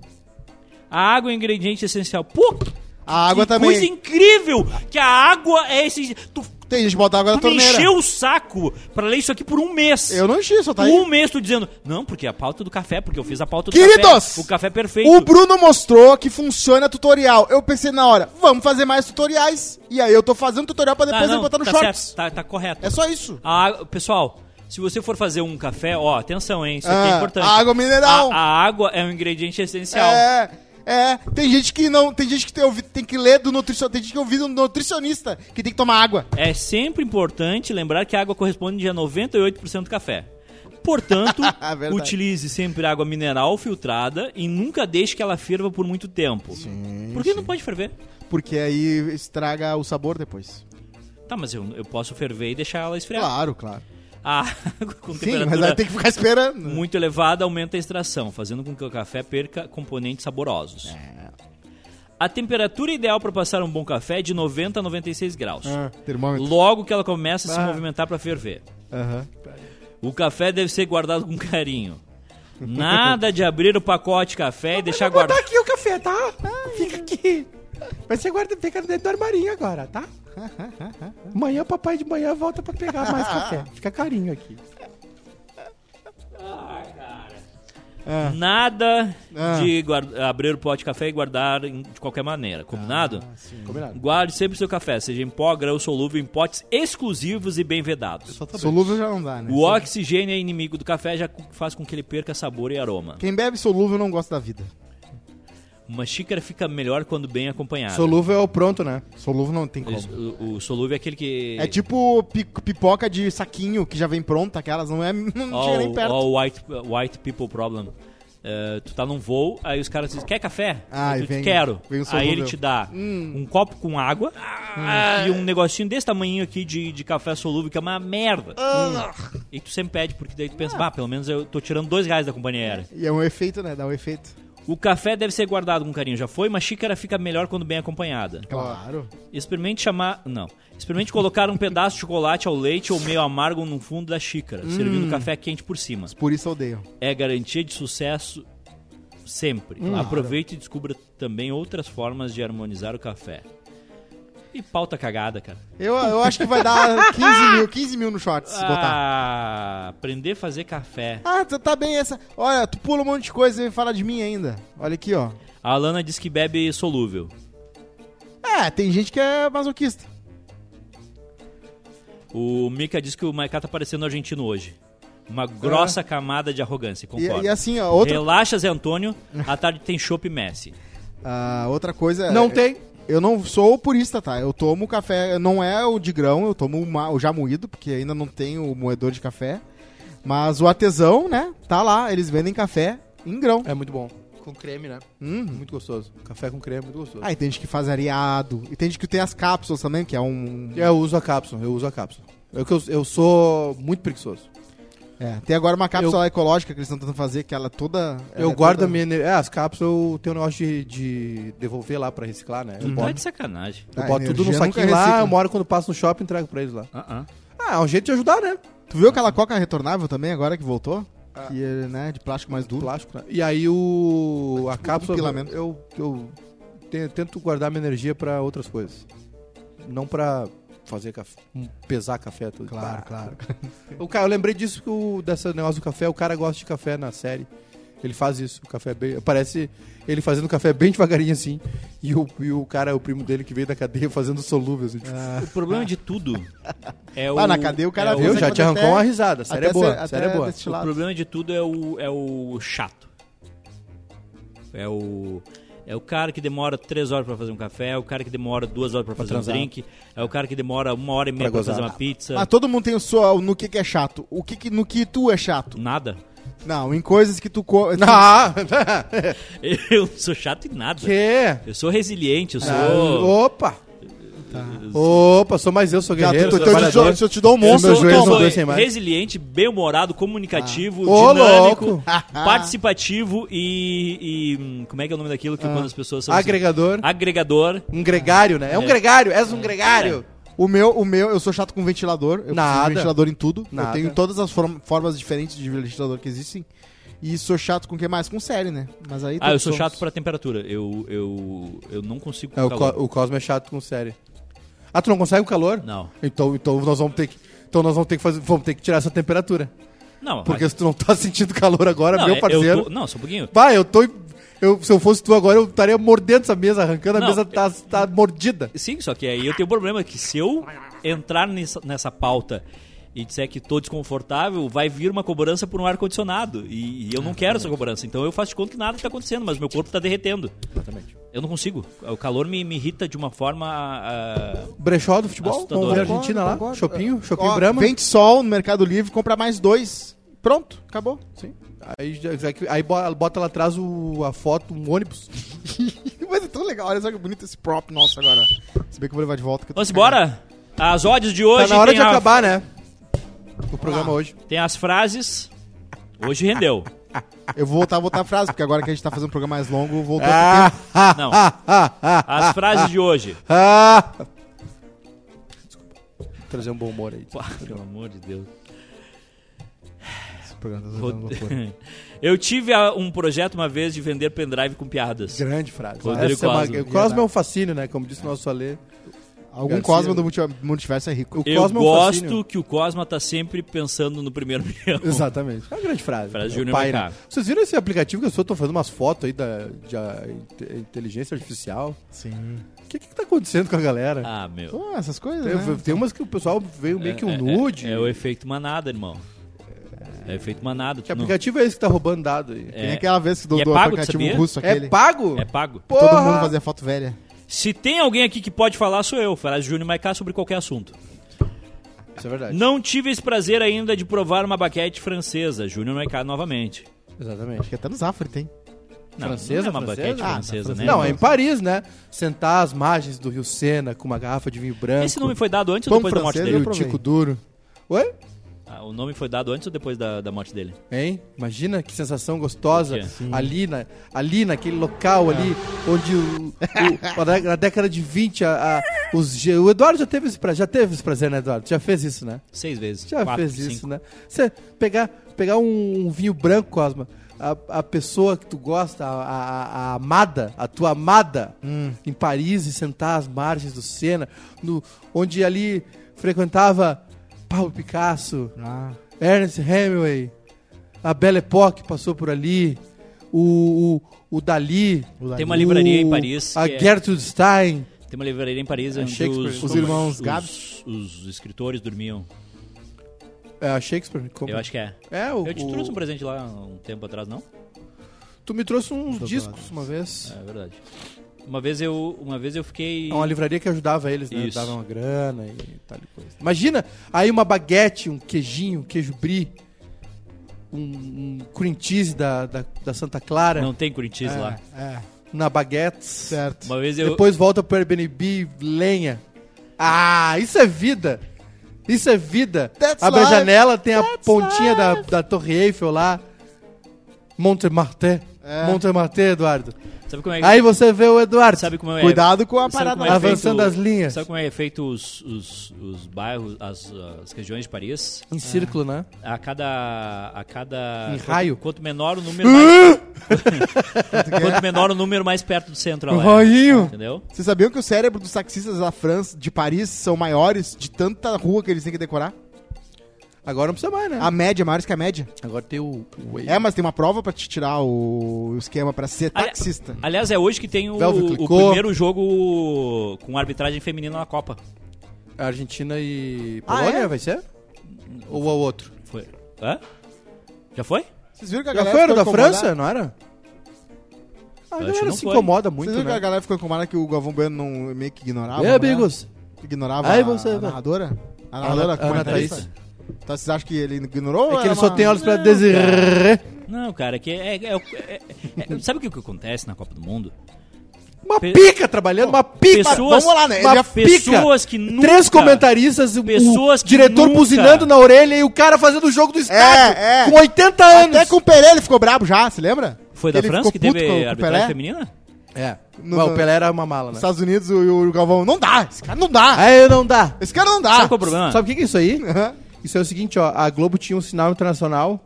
A água é um ingrediente essencial. Pô,
A água
que
também.
coisa incrível! Que a água é esse... Tu,
Tem gente que bota água na
tu me
torneira.
encheu o saco pra ler isso aqui por um mês.
Eu não enchi, só tá aí.
um mês tu dizendo, não, porque é a pauta do café, porque eu fiz a pauta do
Queridos!
café. O café é perfeito. Tá,
O Bruno mostrou que funciona tutorial. Eu pensei na hora, vamos fazer mais tutoriais. E aí eu tô fazendo tutorial pra
Tá,
depois ele
não,
botar no
tá
shorts.
certo, tá, tá correto.
É só isso.
A- pessoal, se você for fazer um café, ó, atenção, hein? Isso aqui
Ah,
é importante.
água mineral.
A, a água é um ingrediente essencial.
É, é. Tem gente que não. Tem gente que tem, ouvido, tem que ler do nutricionista. Tem gente que ouviu do nutricionista que tem que tomar água.
É sempre importante lembrar que a água corresponde a 98% do café. Portanto,
É Verdade.
utilize sempre água mineral filtrada e nunca deixe que ela ferva por muito tempo. Sim, Porque não pode ferver.
Porque aí estraga o sabor depois.
Tá, mas eu, eu posso ferver e deixar ela esfriar.
Claro, claro.
A água com
Sim, mas aí
É. temperatura
tem que ficar esperando.
muito elevada aumenta a extração, fazendo com que o café perca componentes saborosos.
É.
A temperatura ideal para passar um bom café é de 90 a 96 graus.
Ah, termômetro.
Logo que ela começa a se
Ah.
movimentar para ferver.
Aham.
O café deve ser guardado com carinho. Nada de abrir o pacote de café e deixar
Vou botar
guardado.
aqui o café, tá? Fica aqui. Mas você guarda, fica dentro do armarinho agora, tá? Amanhã, papai de manhã volta pra pegar mais café. Fica carinho aqui.
Nada
Ah.
de guar- abrir o pote de café e guardar em- de qualquer maneira. Combinado?
Ah,
Combinado.
Guarde sempre seu café, seja em pó, grão solúvel, em potes exclusivos e bem vedados.
Solúvel já não dá, né?
O oxigênio é inimigo do café, já co- faz com que ele perca sabor e aroma.
Quem bebe solúvel não gosta da vida.
Uma xícara fica melhor quando bem acompanhada.
Solúvel é o pronto, né?
Solúvel não tem como.
Eles- O, o solúvel é aquele que.
É tipo pi- pipoca de saquinho que já vem pronta, aquelas não é. Não
Ó,
chega
o-
nem perto.
ó o white, white people problem. Eh, tu tá num voo, aí os caras dizem, quer café?
Ah,
Aí
e
tu
vem-
diz, quero.
vem o Hum.
aí
solúvel.
ele te dá um copo com água
Hum.
e um negocinho desse tamanho aqui de, de café solúvel, que é uma merda.
Ah.
Hum. E tu sempre pede, porque daí tu pensa, bah, pelo menos eu tô tirando dois reais da companhia aérea.
E é um efeito, né? Dá um efeito.
O café deve ser guardado com carinho, já foi, mas xícara fica melhor quando bem acompanhada.
Claro.
Experimente chamar. Não. Experimente colocar um pedaço de chocolate ao leite ou meio amargo no fundo da xícara,
Hum.
servindo café quente por cima.
Por isso eu odeio.
É garantia de sucesso sempre. Aproveite e descubra também outras formas de harmonizar o café. E pauta cagada, cara.
Eu, eu acho que vai dar 15 mil, 15 mil no shorts se botar.
Ah, aprender a fazer café.
Ah, tá- tá bem essa. Olha, tu pula um monte de coisa e fala de mim ainda. Olha aqui, ó.
A Alana diz que bebe solúvel.
É, tem gente que é masoquista.
O Mika diz que o Maiká tá parecendo argentino hoje. Uma grossa camada de arrogância,
É. E,
concordo.
e assim, ó, outra,
Relaxa, Zé Antônio. À tarde tem chopp Messi.
ah, outra coisa.
Não tem.
Eu não sou purista, tá? Eu tomo café, não é o de grão, eu tomo o ma- o já moído, porque ainda não tenho o moedor de café. Mas o artesão, né? Tá lá, eles vendem café em grão.
É muito bom. Com creme, né?
Hum.
Muito gostoso. Café com creme, é muito gostoso.
Aí tem gente que faz areado, e tem gente que tem as cápsulas também, que é um.
Eu uso a cápsula, eu uso a cápsula. Eu, que eu, eu sou muito preguiçoso.
É, tem agora uma cápsula ecológica que eles estão tentando fazer, que ela é toda.
Eu
ela é
guardo
toda-
a minha energia. É, as cápsulas eu tenho um negócio de, de devolver lá pra reciclar, né? Eu
Tá
boto,
de sacanagem.
eu
Ah,
boto tudo num
energia nunca
saquinho lá,
recicla.
eu moro quando passo no shopping entrego pra eles lá.
Ah, ah.
Ah, é um jeito de ajudar, né?
Tu viu aquela coca retornável também, agora que voltou?
Ah.
Que é, né, de plástico mais duro.
Plástico, né? E aí o.
Tipo
A cápsula.
filamento.
Eu, eu te- tento guardar minha energia pra outras coisas. Não pra fazer café. Pesar café tudo.
Claro,
Bah.
claro.
O cara, eu lembrei disso que o, dessa negócio do café, o cara gosta de café na série. Ele faz isso, o café bem. Parece ele fazendo café bem devagarinho assim. E o, e o cara, o primo dele que veio da cadeia fazendo solúvel. Assim, tipo,
O problema de tudo é o.
Ah, na cadeia o cara
é
viu,
eu
o,
você
já
pode
te arrancou
até-
uma risada. A série é boa.
ser-
a série é boa.
deste
o
lado.
problema de tudo é o, é o chato. É o. É o cara que demora três horas pra fazer um café, é o cara que demora duas horas pra fazer
transar.
um drink, é o cara que demora uma hora e meia pra,
Pra
fazer
gozar. Ah,
uma pizza.
Mas Ah, todo mundo tem o seu no que, que é chato. O que, que- no que tu é chato?
Nada.
Não, em coisas que tu. Co...
Ah!
Eu não sou chato em nada.
que? Ah,
Eu sou resiliente, eu sou.
Opa! Tá. Opa, sou mais eu, sou
Já,
guerreiro.
tu-
sou
tu- eu te dou-
trabalhador.
se eu te dou um
Eu
monstro,
meus
sou-
joelhos
eu
não
sou
doem sem mais.
resiliente, bem-humorado, comunicativo,
Ah. Ô,
dinâmico,
louco.
participativo e, e, hum, Como é que é o nome daquilo que quando as pessoas são.
Ah.
assim?
Agregador.
Agregador.
Um gregário, né? É um gregário, és um gregário.
O meu, o meu, eu sou chato com ventilador. Eu
Nada.
preciso de ventilador em tudo. Eu
Nada.
tenho todas as form- formas diferentes de ventilador que existem. E sou chato com o que mais? Com série, né? Mas aí
Ah, eu
todos
sou
somos-
chato pra temperatura. Eu, eu, eu não consigo
É,
com
o,
calor.
co o Cosmo é chato com série. Ah, tu não consegue o calor?
Não.
Então, então nós vamos ter que. Então nós vamos ter que fazer. Vamos ter que tirar essa temperatura.
Não,
Porque
mas-
se tu não tá sentindo calor agora,
não, é-
meu
eu
parceiro.
tô- não, só um pouquinho.
Vai, eu tô. Eu, se eu fosse tu agora, eu estaria mordendo essa mesa, arrancando,
Não,
a mesa tá, tá mordida.
Sim, só que aí eu tenho um problema que se eu entrar nessa, nessa pauta e disser que tô desconfortável, vai vir uma cobrança por um ar-condicionado. E, e
Ah,
eu não quero essa cobrança. Então eu faço de conta que nada tá acontecendo, mas meu corpo tá derretendo. Exatamente. Eu não consigo. O calor me, me irrita de uma forma. ah,
Brechó do futebol?
Assustador.
Vamos ver a
Concordo,
Argentina lá? Chopinho, Chopinho
Ó,
Brahma.
Vende sol no Mercado Livre, comprar mais dois. Pronto, acabou.
Sim. Aí, já- já que- aí bo- bota lá atrás o, a foto, um ônibus.
Mas é tão legal. Olha só que bonito esse prop nosso agora. Se bem que eu vou levar de volta. que eu tô
Vamos embora? As odds de
Tá
hoje
na hora
tem,
de
a-
acabar, né? O programa hoje.
tem as frases. Hoje rendeu.
Eu vou voltar a botar a frase, porque agora que a gente tá fazendo um programa mais longo, voltou
Ah,
Não.
ah, ah,
As frases de hoje.
ah. Trazer um bom humor aí.
Pô, Pelo amor de Deus.
esse programa. Tá fazendo loucura.
Eu tive ah, um projeto uma vez de vender pendrive com piadas.
Grande frase.
Rodrigo
Essa é uma-
Cosmo.
o Cosmo é um fascínio, né? Como disse o nosso Alê.
Algum
Garcia.
Cosmo do multi- multiverso é rico.
O
Eu
Cosmo é um fascínio.
gosto que o Cosma tá sempre pensando no primeiro milhão.
Exatamente. É uma grande frase.
Frase de
É o
Júnior
pai, né?
Mercado.
Vocês viram esse aplicativo que as pessoas estão fazendo umas fotos aí da, de a- inte- inteligência artificial?
Sim.
O que que tá acontecendo com a galera?
Ah, meu.
Pô, essas coisas,
tem,
né?
tem umas que o pessoal veio meio que um
É- é-
nude.
É, o efeito manada, irmão. É o efeito manada.
Que
Tu não-
aplicativo é esse que tá roubando dado aí?
Tem
é-
aquela vez que do,
E é
do
pago,
aplicativo
sabia?
russo
É
aquele.
pago?
É pago.
Todo
Porra!
mundo fazia foto velha.
Se tem alguém aqui que pode falar, sou eu. Frase de Júnior Maiká sobre qualquer assunto.
Tá Isso é verdade.
Não tive esse prazer ainda de provar uma baguete francesa. Júnior Maiká novamente.
Exatamente.
Acho que até no Zafra tem.
Não,
Francesa,
não é uma
francesa?
baguete
Ah,
francesa, né?
Não, é em Paris, né? Sentar às margens do Rio Sena com uma garrafa de vinho branco.
Esse nome foi dado antes ou
Pão
depois da morte
francês
E
dele?
eu
o
provei.
Tico Duro. Oi?
Ah, o nome foi dado antes ou depois da, da morte dele?
Hein? Imagina que sensação gostosa
O quê?
ali, na, ali naquele local ali, onde o- o- na dé- na década de 20 a- a- os, ge- o Eduardo já teve, esse pra, já teve esse prazer, né, Eduardo? Já fez isso, né?
Seis vezes.
Já
Quatro,
fez
cinco.
isso, né? Você pegar, pegar um, um vinho branco, Cosma, a, a pessoa que tu gosta, a, a- a- a amada, a tua amada, em Paris e sentar às margens do Sena, no, onde ali frequentava Pablo Picasso,
Ah.
Ernest Hemingway, a Belle Époque passou por ali, o, o, o Dali,
Tem uma livraria em Paris.
a
que é-
Gertrude Stein,
Tem uma livraria em Paris onde
né? É, Shakespeare.
os,
Os irmãos
os,
Gabi.
os escritores dormiam.
é, a Shakespeare. como-
Eu acho que é.
É, o,
Eu te trouxe um
o-
presente lá um tempo atrás, não?
tu me trouxe uns discos uma vez.
É verdade. Uma vez eu, uma vez eu fiquei.
É uma livraria que ajudava eles, né?
Isso.
Dava uma grana e tal e coisa. Imagina aí uma baguete, um queijinho, um queijo brie, um, um cream cheese da, da, da Santa Clara
Não tem Corinthians lá.
É,
na baguete.
certo.
Uma vez eu.
Depois volta pro Airbnb, lenha. Ah, isso é vida! Isso é vida!
That's
Abre
life.
a janela, tem a pontinha da, da Torre Eiffel lá. Montmartre.
É.
Montmartre, Eduardo.
Sabe como é
Aí você vê o Eduardo
Sabe como é.
Cuidado com a
sabe
parada.
como é
lá.
feito-
avançando as linhas.
Sabe como é feito os, os, os bairros, as, as regiões de Paris?
em círculo, né?
A cada. A cada.
Em raio.
Quanto menor o número mais. quanto menor o número mais perto do centro
Um
ela é.
rainho.
Entendeu?
Vocês sabiam que o cérebro dos taxistas da França, de Paris, são maiores de tanta rua que eles têm que decorar?
Agora não precisa mais, né?
A média é maior que a média.
Agora tem o. o
É, mas tem uma prova pra te tirar o o esquema pra ser
Ali-
taxista.
Aliás, é hoje que tem o,
Velvet
o
clicou.
primeiro jogo com arbitragem feminina na Copa.
Argentina e
Ah,
Polônia,
é?
vai ser? Ou o outro?
Foi. Hã? Já foi?
Vocês viram que a
Já
galera
foi, era da
ficou incomodada?
França, não era? A
acho que
galera
não
se
foi.
incomoda
Vocês
muito,
né? viram que a
né?
galera ficou incomodada que o Galvão Bueno não meio que ignorava?
E
a
aí,
mulher?
amigos?
Ignorava
Aí
a-
você
a
vai.
narradora? A narradora
Ana, Ana
comentarista?
Thaís.
Então vocês acham que ele ignorou?
É
ou
que
era
ele só
uma-
tem olhos pra desirrer.
Não, cara, que é. é- é- é- sabe o que, que acontece na Copa do Mundo?
Uma
Pe-
pica trabalhando, uma pica.
pessoas-
Vamos lá, né?
uma
Uma pica.
pessoas que nunca-
Três comentaristas, o-
Pessoas
o
que
diretor
nunca-
buzinando na orelha e o cara fazendo o jogo do estádio.
é.
Com 80 anos.
Até com o Pelé ele ficou brabo já, se lembra?
Foi da
Ele
França
ficou
que
puto
teve
com o- com o
arbitragem
Pelé?
feminina?
É.
No-
Mas o Pelé era uma mala,
Nos
né?
Estados Unidos o, o Galvão, não dá, esse cara não dá.
Aí não dá.
Esse cara não
Sabe
dá.
qual é o problema?
Sabe o que que é isso aí?
Aham.
Isso é o seguinte, ó. A Globo tinha um sinal internacional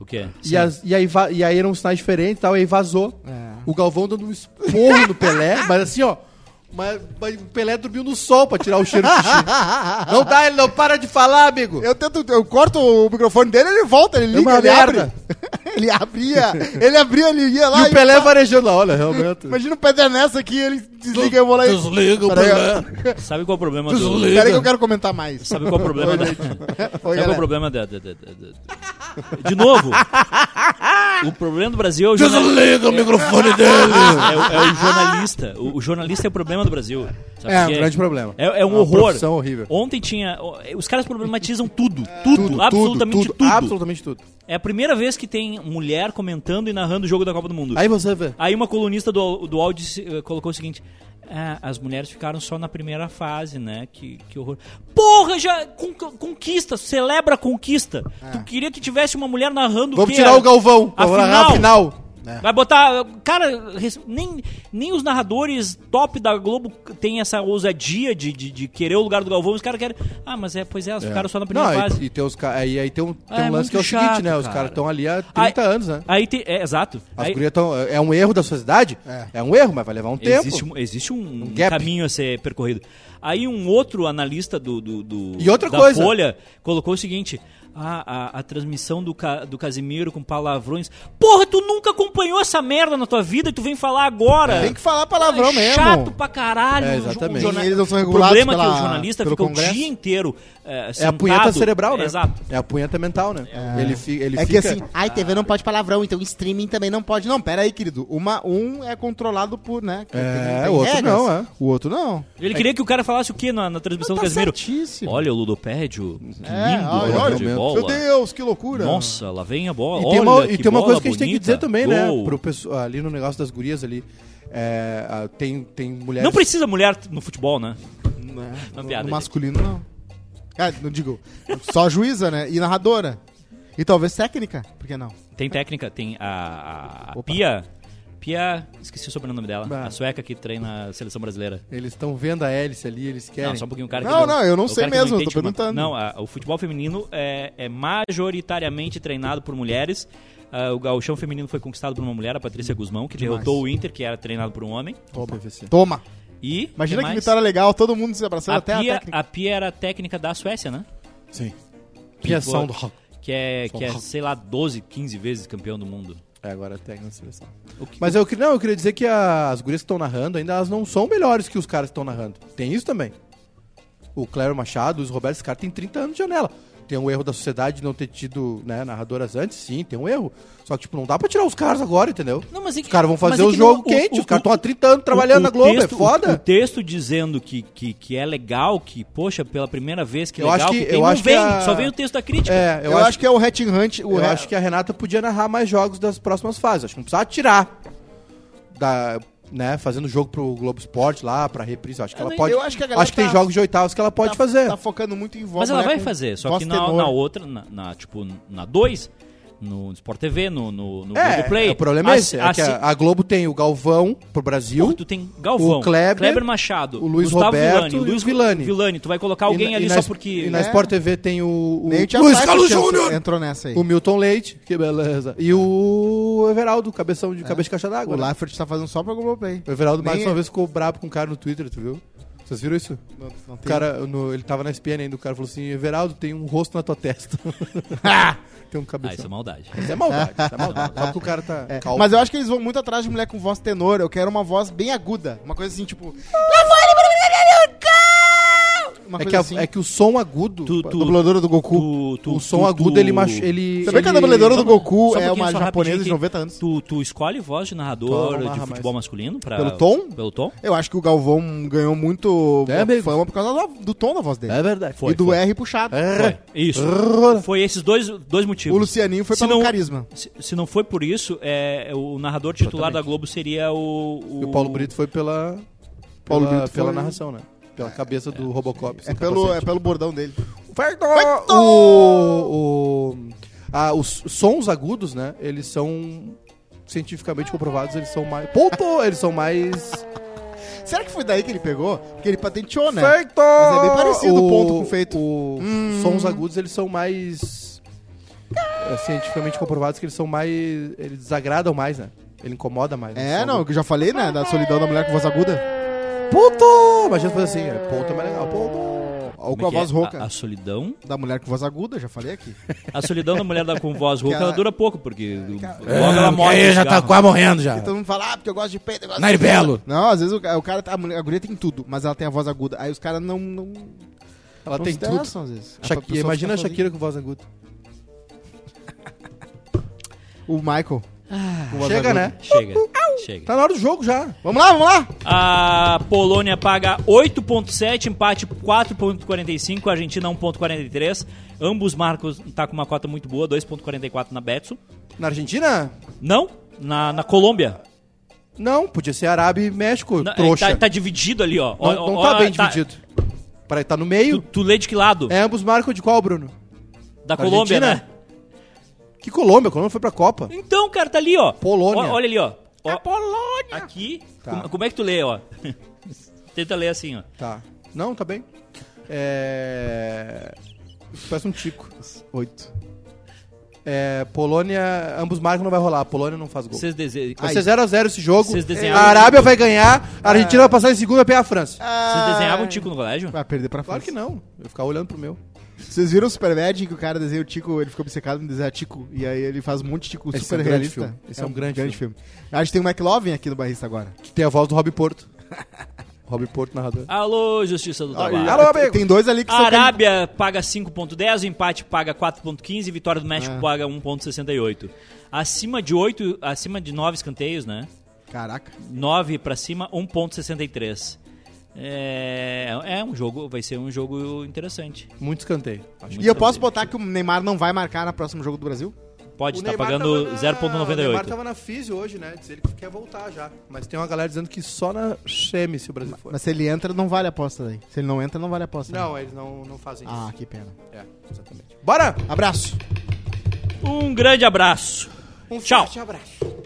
O quê?
E, as- e aí, va- e aí eram sinais diferentes e tal, e aí vazou.
É.
O Galvão dando um esporro no Pelé, mas assim, ó. Mas, mas o Pelé dormiu no sol pra tirar o cheiro do xixi. Não dá, ele não para de falar, amigo.
Eu tento, eu corto o microfone dele, ele volta, ele liga,
uma
ele
merda.
abre. ele abria, ele abria, ele ia
e
lá
o Pelé varejando lá, olha, realmente.
Imagina o Pedro nessa aqui, ele desliga e eu vou lá e...
Desliga o
Peraí,
Pelé.
Sabe qual é o problema do.
Desliga. Peraí que eu quero comentar mais.
Sabe qual é o problema
Oi,
da...
gente.
Sabe
Oi,
qual é o
galera.
problema da, da- da- da- da- De novo, o problema do Brasil é o, jornal-
Desliga o microfone dele.
é o- é o jornalista. O, o jornalista é o problema do Brasil. sabe?
É, um
Porque
grande problema.
É, é um
uma
horror.
profissão horrível.
Ontem tinha. Os caras problematizam tudo. Tudo,
Tudo,
absolutamente tudo,
Absolutamente tudo.
É a primeira vez que tem mulher comentando e narrando o jogo da Copa do Mundo.
Aí você vê.
Aí uma colunista do, do Audi eh, colocou o seguinte: Ah, as mulheres ficaram só na primeira fase, né? Que, que horror. Porra, já con- conquista, celebra a conquista. Tu queria que tivesse uma mulher narrando o
É. Vamos
quê?
tirar o Galvão.
é
É.
A
Vamos narrar a
final.
final.
Vai botar. Cara, res- nem, nem os narradores top da Globo têm essa ousadia de, de, de querer o lugar do Galvão. Os caras querem. Ah, mas é, pois é, elas ficaram só na primeira
Não, e-
fase.
E, tem os ca- aí, aí tem um, tem
Ah,
um
é
lance que é o
muito
seguinte,
chato,
né? Os
cara.
caras estão ali há 30
Aí-
anos, né?
Aí tem. É, exato.
As
Aí-
gurias tão, é um erro da sociedade? É. um erro, mas vai levar um
Existe
tempo.
um, existe um, um
gap.
caminho a ser percorrido. Aí um outro analista do, do, do-
E outra
da
coisa.
Folha colocou o seguinte: a, a, a transmissão do, Ca- do Casimiro com palavrões. Porra, tu nunca acompanhou essa merda na tua vida e tu vem falar agora.
Tem que falar palavrão
é
mesmo.
Chato pra caralho.
É,
o jo- o
exatamente.
jorna-
E eles não são
o
regulados
problema é que
pela-
o jornalista
pelo
fica
Congresso?
o dia inteiro eh,
É a
sentado.
punheta cerebral, né?
Exato.
É a punheta mental, né? Ele, fi, ele
É que
fica...
assim,
Ai, TV não pode palavrão, então streaming também não pode.
Não, pera aí, querido. Uma, um é controlado por, né?
É, o outro não, é.
O outro não.
Ele queria que o cara falasse o quê na, na transmissão do Casimiro?
certíssimo.
Olha o ludopédio. Que lindo.
É, olha,
olha, de
olha,
bola.
Meu Deus, que loucura.
Nossa, lá vem a bola.
E tem
Olha
uma, e
que
tem uma
bola
coisa que a gente tem que
bonita.
dizer também, né?
Gol.
Pro pessoal, ali no negócio das gurias ali. é, ah, tem, tem mulheres.
Não precisa mulher no futebol, né?
Né?
Uma
No-
piada,
no
gente.
masculino, não. Ah, não digo. Só juíza, né? E narradora. E talvez técnica, por que não?
Tem técnica, tem a, a- a
Opa.
Pia. Pia, esqueci o sobrenome dela. A sueca que treina a seleção brasileira.
Eles estão vendo a hélice ali, eles querem.
Não, só um pouquinho o cara
Não,
que
não, eu não
o
sei
cara que
mesmo, eu tô
entende muito.
perguntando.
Não, a- o futebol feminino é, é majoritariamente treinado por mulheres. Ah, o gauchão feminino foi conquistado por uma mulher, a Patrícia Guzmão, que derrotou o Inter, que era treinado por um homem.
Toma, PVC.
Toma.
E
Imagina
quem
que
mais?
vitória legal, todo mundo se abraçando
a
até a
Pia,
técnica.
a Pia era a técnica da Suécia, né?
Sim. Piação do rock.
Que é, que é, sei lá, 12, 15 vezes campeão do mundo.
É, agora é técnico da seleção.
O que-
Mas eu, que- não, eu queria dizer que a- as gurias que estão narrando ainda elas não são melhores que os caras que estão narrando. Tem isso também. O Clério Machado, os Roberto Scar tem 30 anos de janela. Tem um erro da sociedade de não ter tido né, narradoras antes, sim, tem um erro. Só que, tipo, não dá pra tirar os caras agora, entendeu?
Não, mas é que-
Os caras vão
mas
fazer
é
o
que
jogo
não-
quente,
o-
os caras
o-
estão há 30 anos trabalhando
O-
na
o
Globo,
texto-
é
o-
foda.
O, texto dizendo que, que, que é legal, que, poxa, pela primeira vez, que
Eu
legal,
acho que-
que, tem,
eu
não
acho que
vem,
a-
só vem o texto da crítica.
É,
Eu, acho que é o Hatching Hunt. O
eu
Hat-
acho que a Renata podia narrar mais jogos das próximas fases. Acho que não precisava tirar. Da, né, fazendo jogo pro Globo Esporte lá, pra reprise. Acho que ela
nem-
pode.
eu acho que a galera
acho que tem
tá-
jogos de oitavas que ela pode
tá-
fazer.
Tá focando muito em voz.
Mas ela
né,
vai
com
fazer, só
voz
que na,
tenor.
na outra, na, na, tipo, na 2, no Sport TV, no, no, no
É,
Globoplay...
o problema é
a-
esse. É que a,
a-
a Globo tem o Galvão pro Brasil.
Tu tá tem Galvão,
o Kleber,
Machado,
o Luiz
Gustavo
Roberto
Villani,
e o
Luiz
Villani.
Tu vai colocar alguém
e na-
ali
e na
só
es-
porque...
E na
É.
Sport TV tem o, o
né? Nem o Thiago
Luiz
Sainz
Carlos
entrou-
Júnior,
Entrou nessa aí.
o Milton Leite, que beleza. E o Everaldo, cabeção de cabeça de caixa d'água.
É. O
né?
Laffert tá fazendo só pra Globoplay.
O Everaldo
Nem- é-
mais uma vez ficou brabo com um cara no Twitter, tu viu? Vocês viram isso?
Não, não
O
tem-
cara, no- ele tava na SPN ainda, o cara falou assim, Everaldo, tem um rosto na tua testa. tem
Ah, isso é
um cabeção.
maldade.
Isso é maldade, isso é maldade. Só que o cara tá
É,
calmo.
mas eu acho que eles vão muito atrás de mulher com voz tenor. Eu quero uma voz bem aguda. Uma coisa assim, tipo. Uma
é,
coisa
que a-
assim.
é que o som agudo...
Tu- tu-
Dubladora do Goku.
Tu- tu-
o som
tu-
agudo,
tu-
ele... Mach, ele
Sabia que a
ele- tá
dubladora do Goku
Só um
é
pouquinho,
uma
só
japonesa
rapidinho
de
que
90 anos?
Tu, tu escolhe voz de narrador
Fala,
de
mas-
futebol masculino pra...
Pelo tom?
Pelo tom?
Eu acho que o Galvão ganhou muito
É, amigo.
fama por causa do, do tom da voz dele.
É verdade.
Foi,
e do
foi.
R puxado.
Foi. Isso. Foi esses dois, dois motivos.
É. O Lucianinho foi
Se
pelo
não-
carisma.
Se, se não foi por isso, é, o narrador titular da Globo seria o.
E o Paulo Brito foi pela...
Paulo
pela,
Brito
pela
foi-
narração, né? Pela cabeça do Robocop.
É
sem
pelo, é
capacete.
pelo bordão dele.
O, o, ah, os sons agudos, né? Eles são cientificamente comprovados, eles são mais. Ponto! Eles são mais.
Será que foi daí que ele pegou? Porque ele patenteou, né?
Feito!
Mas é bem parecido o ponto com feito.
o- Hum. Sons agudos, eles são mais. é, cientificamente comprovados que eles são mais. Eles desagradam mais, né? Ele incomoda mais. né?
É,
Som
não, eu já falei, né? Da solidão da mulher com voz aguda.
agudo. Ponto! Imagina fazer assim, é, ponto é mais legal. Ponto!
Ou com
Como
a
é que é?
voz rouca.
Ah,
A, a solidão.
Da mulher com voz aguda, já falei aqui.
A solidão da mulher da, com voz rouca,
Cara.
ela dura pouco, porque logo ela morre. de cigarro. Então-
morrendo já.
Todo mundo fala, ah, porque eu gosto de peito, eu gosto de...
Naribelo!
Não, às vezes o, ca- o cara, tá- a, mulher, a guria tem tudo, mas ela tem a voz aguda. Aí os caras não, não,
Ela
não
tem
se
tudo.
interessam, às vezes. A
Shakira,
pessoa
imagina a
fica
Shakira com voz aguda.
sozinha. O Michael. com voz
Chega,
aguda.
né?
Chega. Chega.
Tá na hora do jogo já.
Vamos lá, vamos lá!
A Polônia paga 8,7, empate 4,45, a Argentina 1,43. Ambos marcos tá com uma cota muito boa, 2,44 na Betson.
Na Argentina?
Não, na, na Colômbia.
Não, podia ser Arábia e México,
Não, é,
trouxa.
Tá, tá dividido ali, ó. Ó,
não,
ó,
não tá
ó,
bem dividido. Para tá no meio.
Tu, tu lê de que lado?
É, ambos marcam de qual, Bruno?
da Colômbia,
Argentina?
né?
Que Colômbia? A Colômbia foi pra Copa.
Então, cara, tá ali, ó.
Polônia.
Ó, olha ali, ó. ó
Polônia!
aqui.
Tá.
Como, como é que tu lê, ó? Tenta ler assim, ó.
Tá. Não, tá bem. É... Parece um tico. Oito. É, Polônia, ambos marcam, não vai rolar. A Polônia não faz gol.
Vocês desejam.
Vai ser 0x0 esse jogo. É.
Vocês desenharam-
A Arábia vai ganhar, a Argentina vai passar em segundo e vai pegar a França.
Vocês desenhavam o Tico no colégio?
Vai perder Ah, pra
Claro
França.
que não. Eu vou ficar olhando pro meu.
Vocês viram o Superbad em que o cara desenha o Tico, ele fica obcecado em desenhar Tico, e aí ele faz um monte de Tico
Esse
super
é um grande
realista.
filme. Esse é um grande
filme. A gente tem o McLovin aqui no Barrista agora.
Que tem a voz do Rob Porto. Rob Porto, narrador.
Alô, Justiça do Trabalho.
Alô, amigo.
Tem dois ali que
A
são can-
Arábia paga 5.10, o empate paga 4.15, vitória do México paga 1.68. Acima de 8, acima de 9 escanteios, né?
Caraca.
9 pra cima, 1.63. É, é um jogo, vai ser um jogo interessante.
Muito escanteio.
E eu posso botar que o Neymar não vai marcar no próximo jogo do Brasil?
Pode
O
estar
Neymar
tá pagando
tava na- O Neymar
0.98.
tava na físio hoje, né? Diz ele que quer voltar já. Mas tem uma galera dizendo que só na Cheme se o Brasil for.
Mas se ele entra, não vale a aposta daí. Se ele não entra, não vale a aposta. né?
Não, eles não, não fazem
Ah,
isso.
que pena.
É, exatamente. Bora!
Abraço.
Um grande abraço.
Um
Tchau.
forte abraço.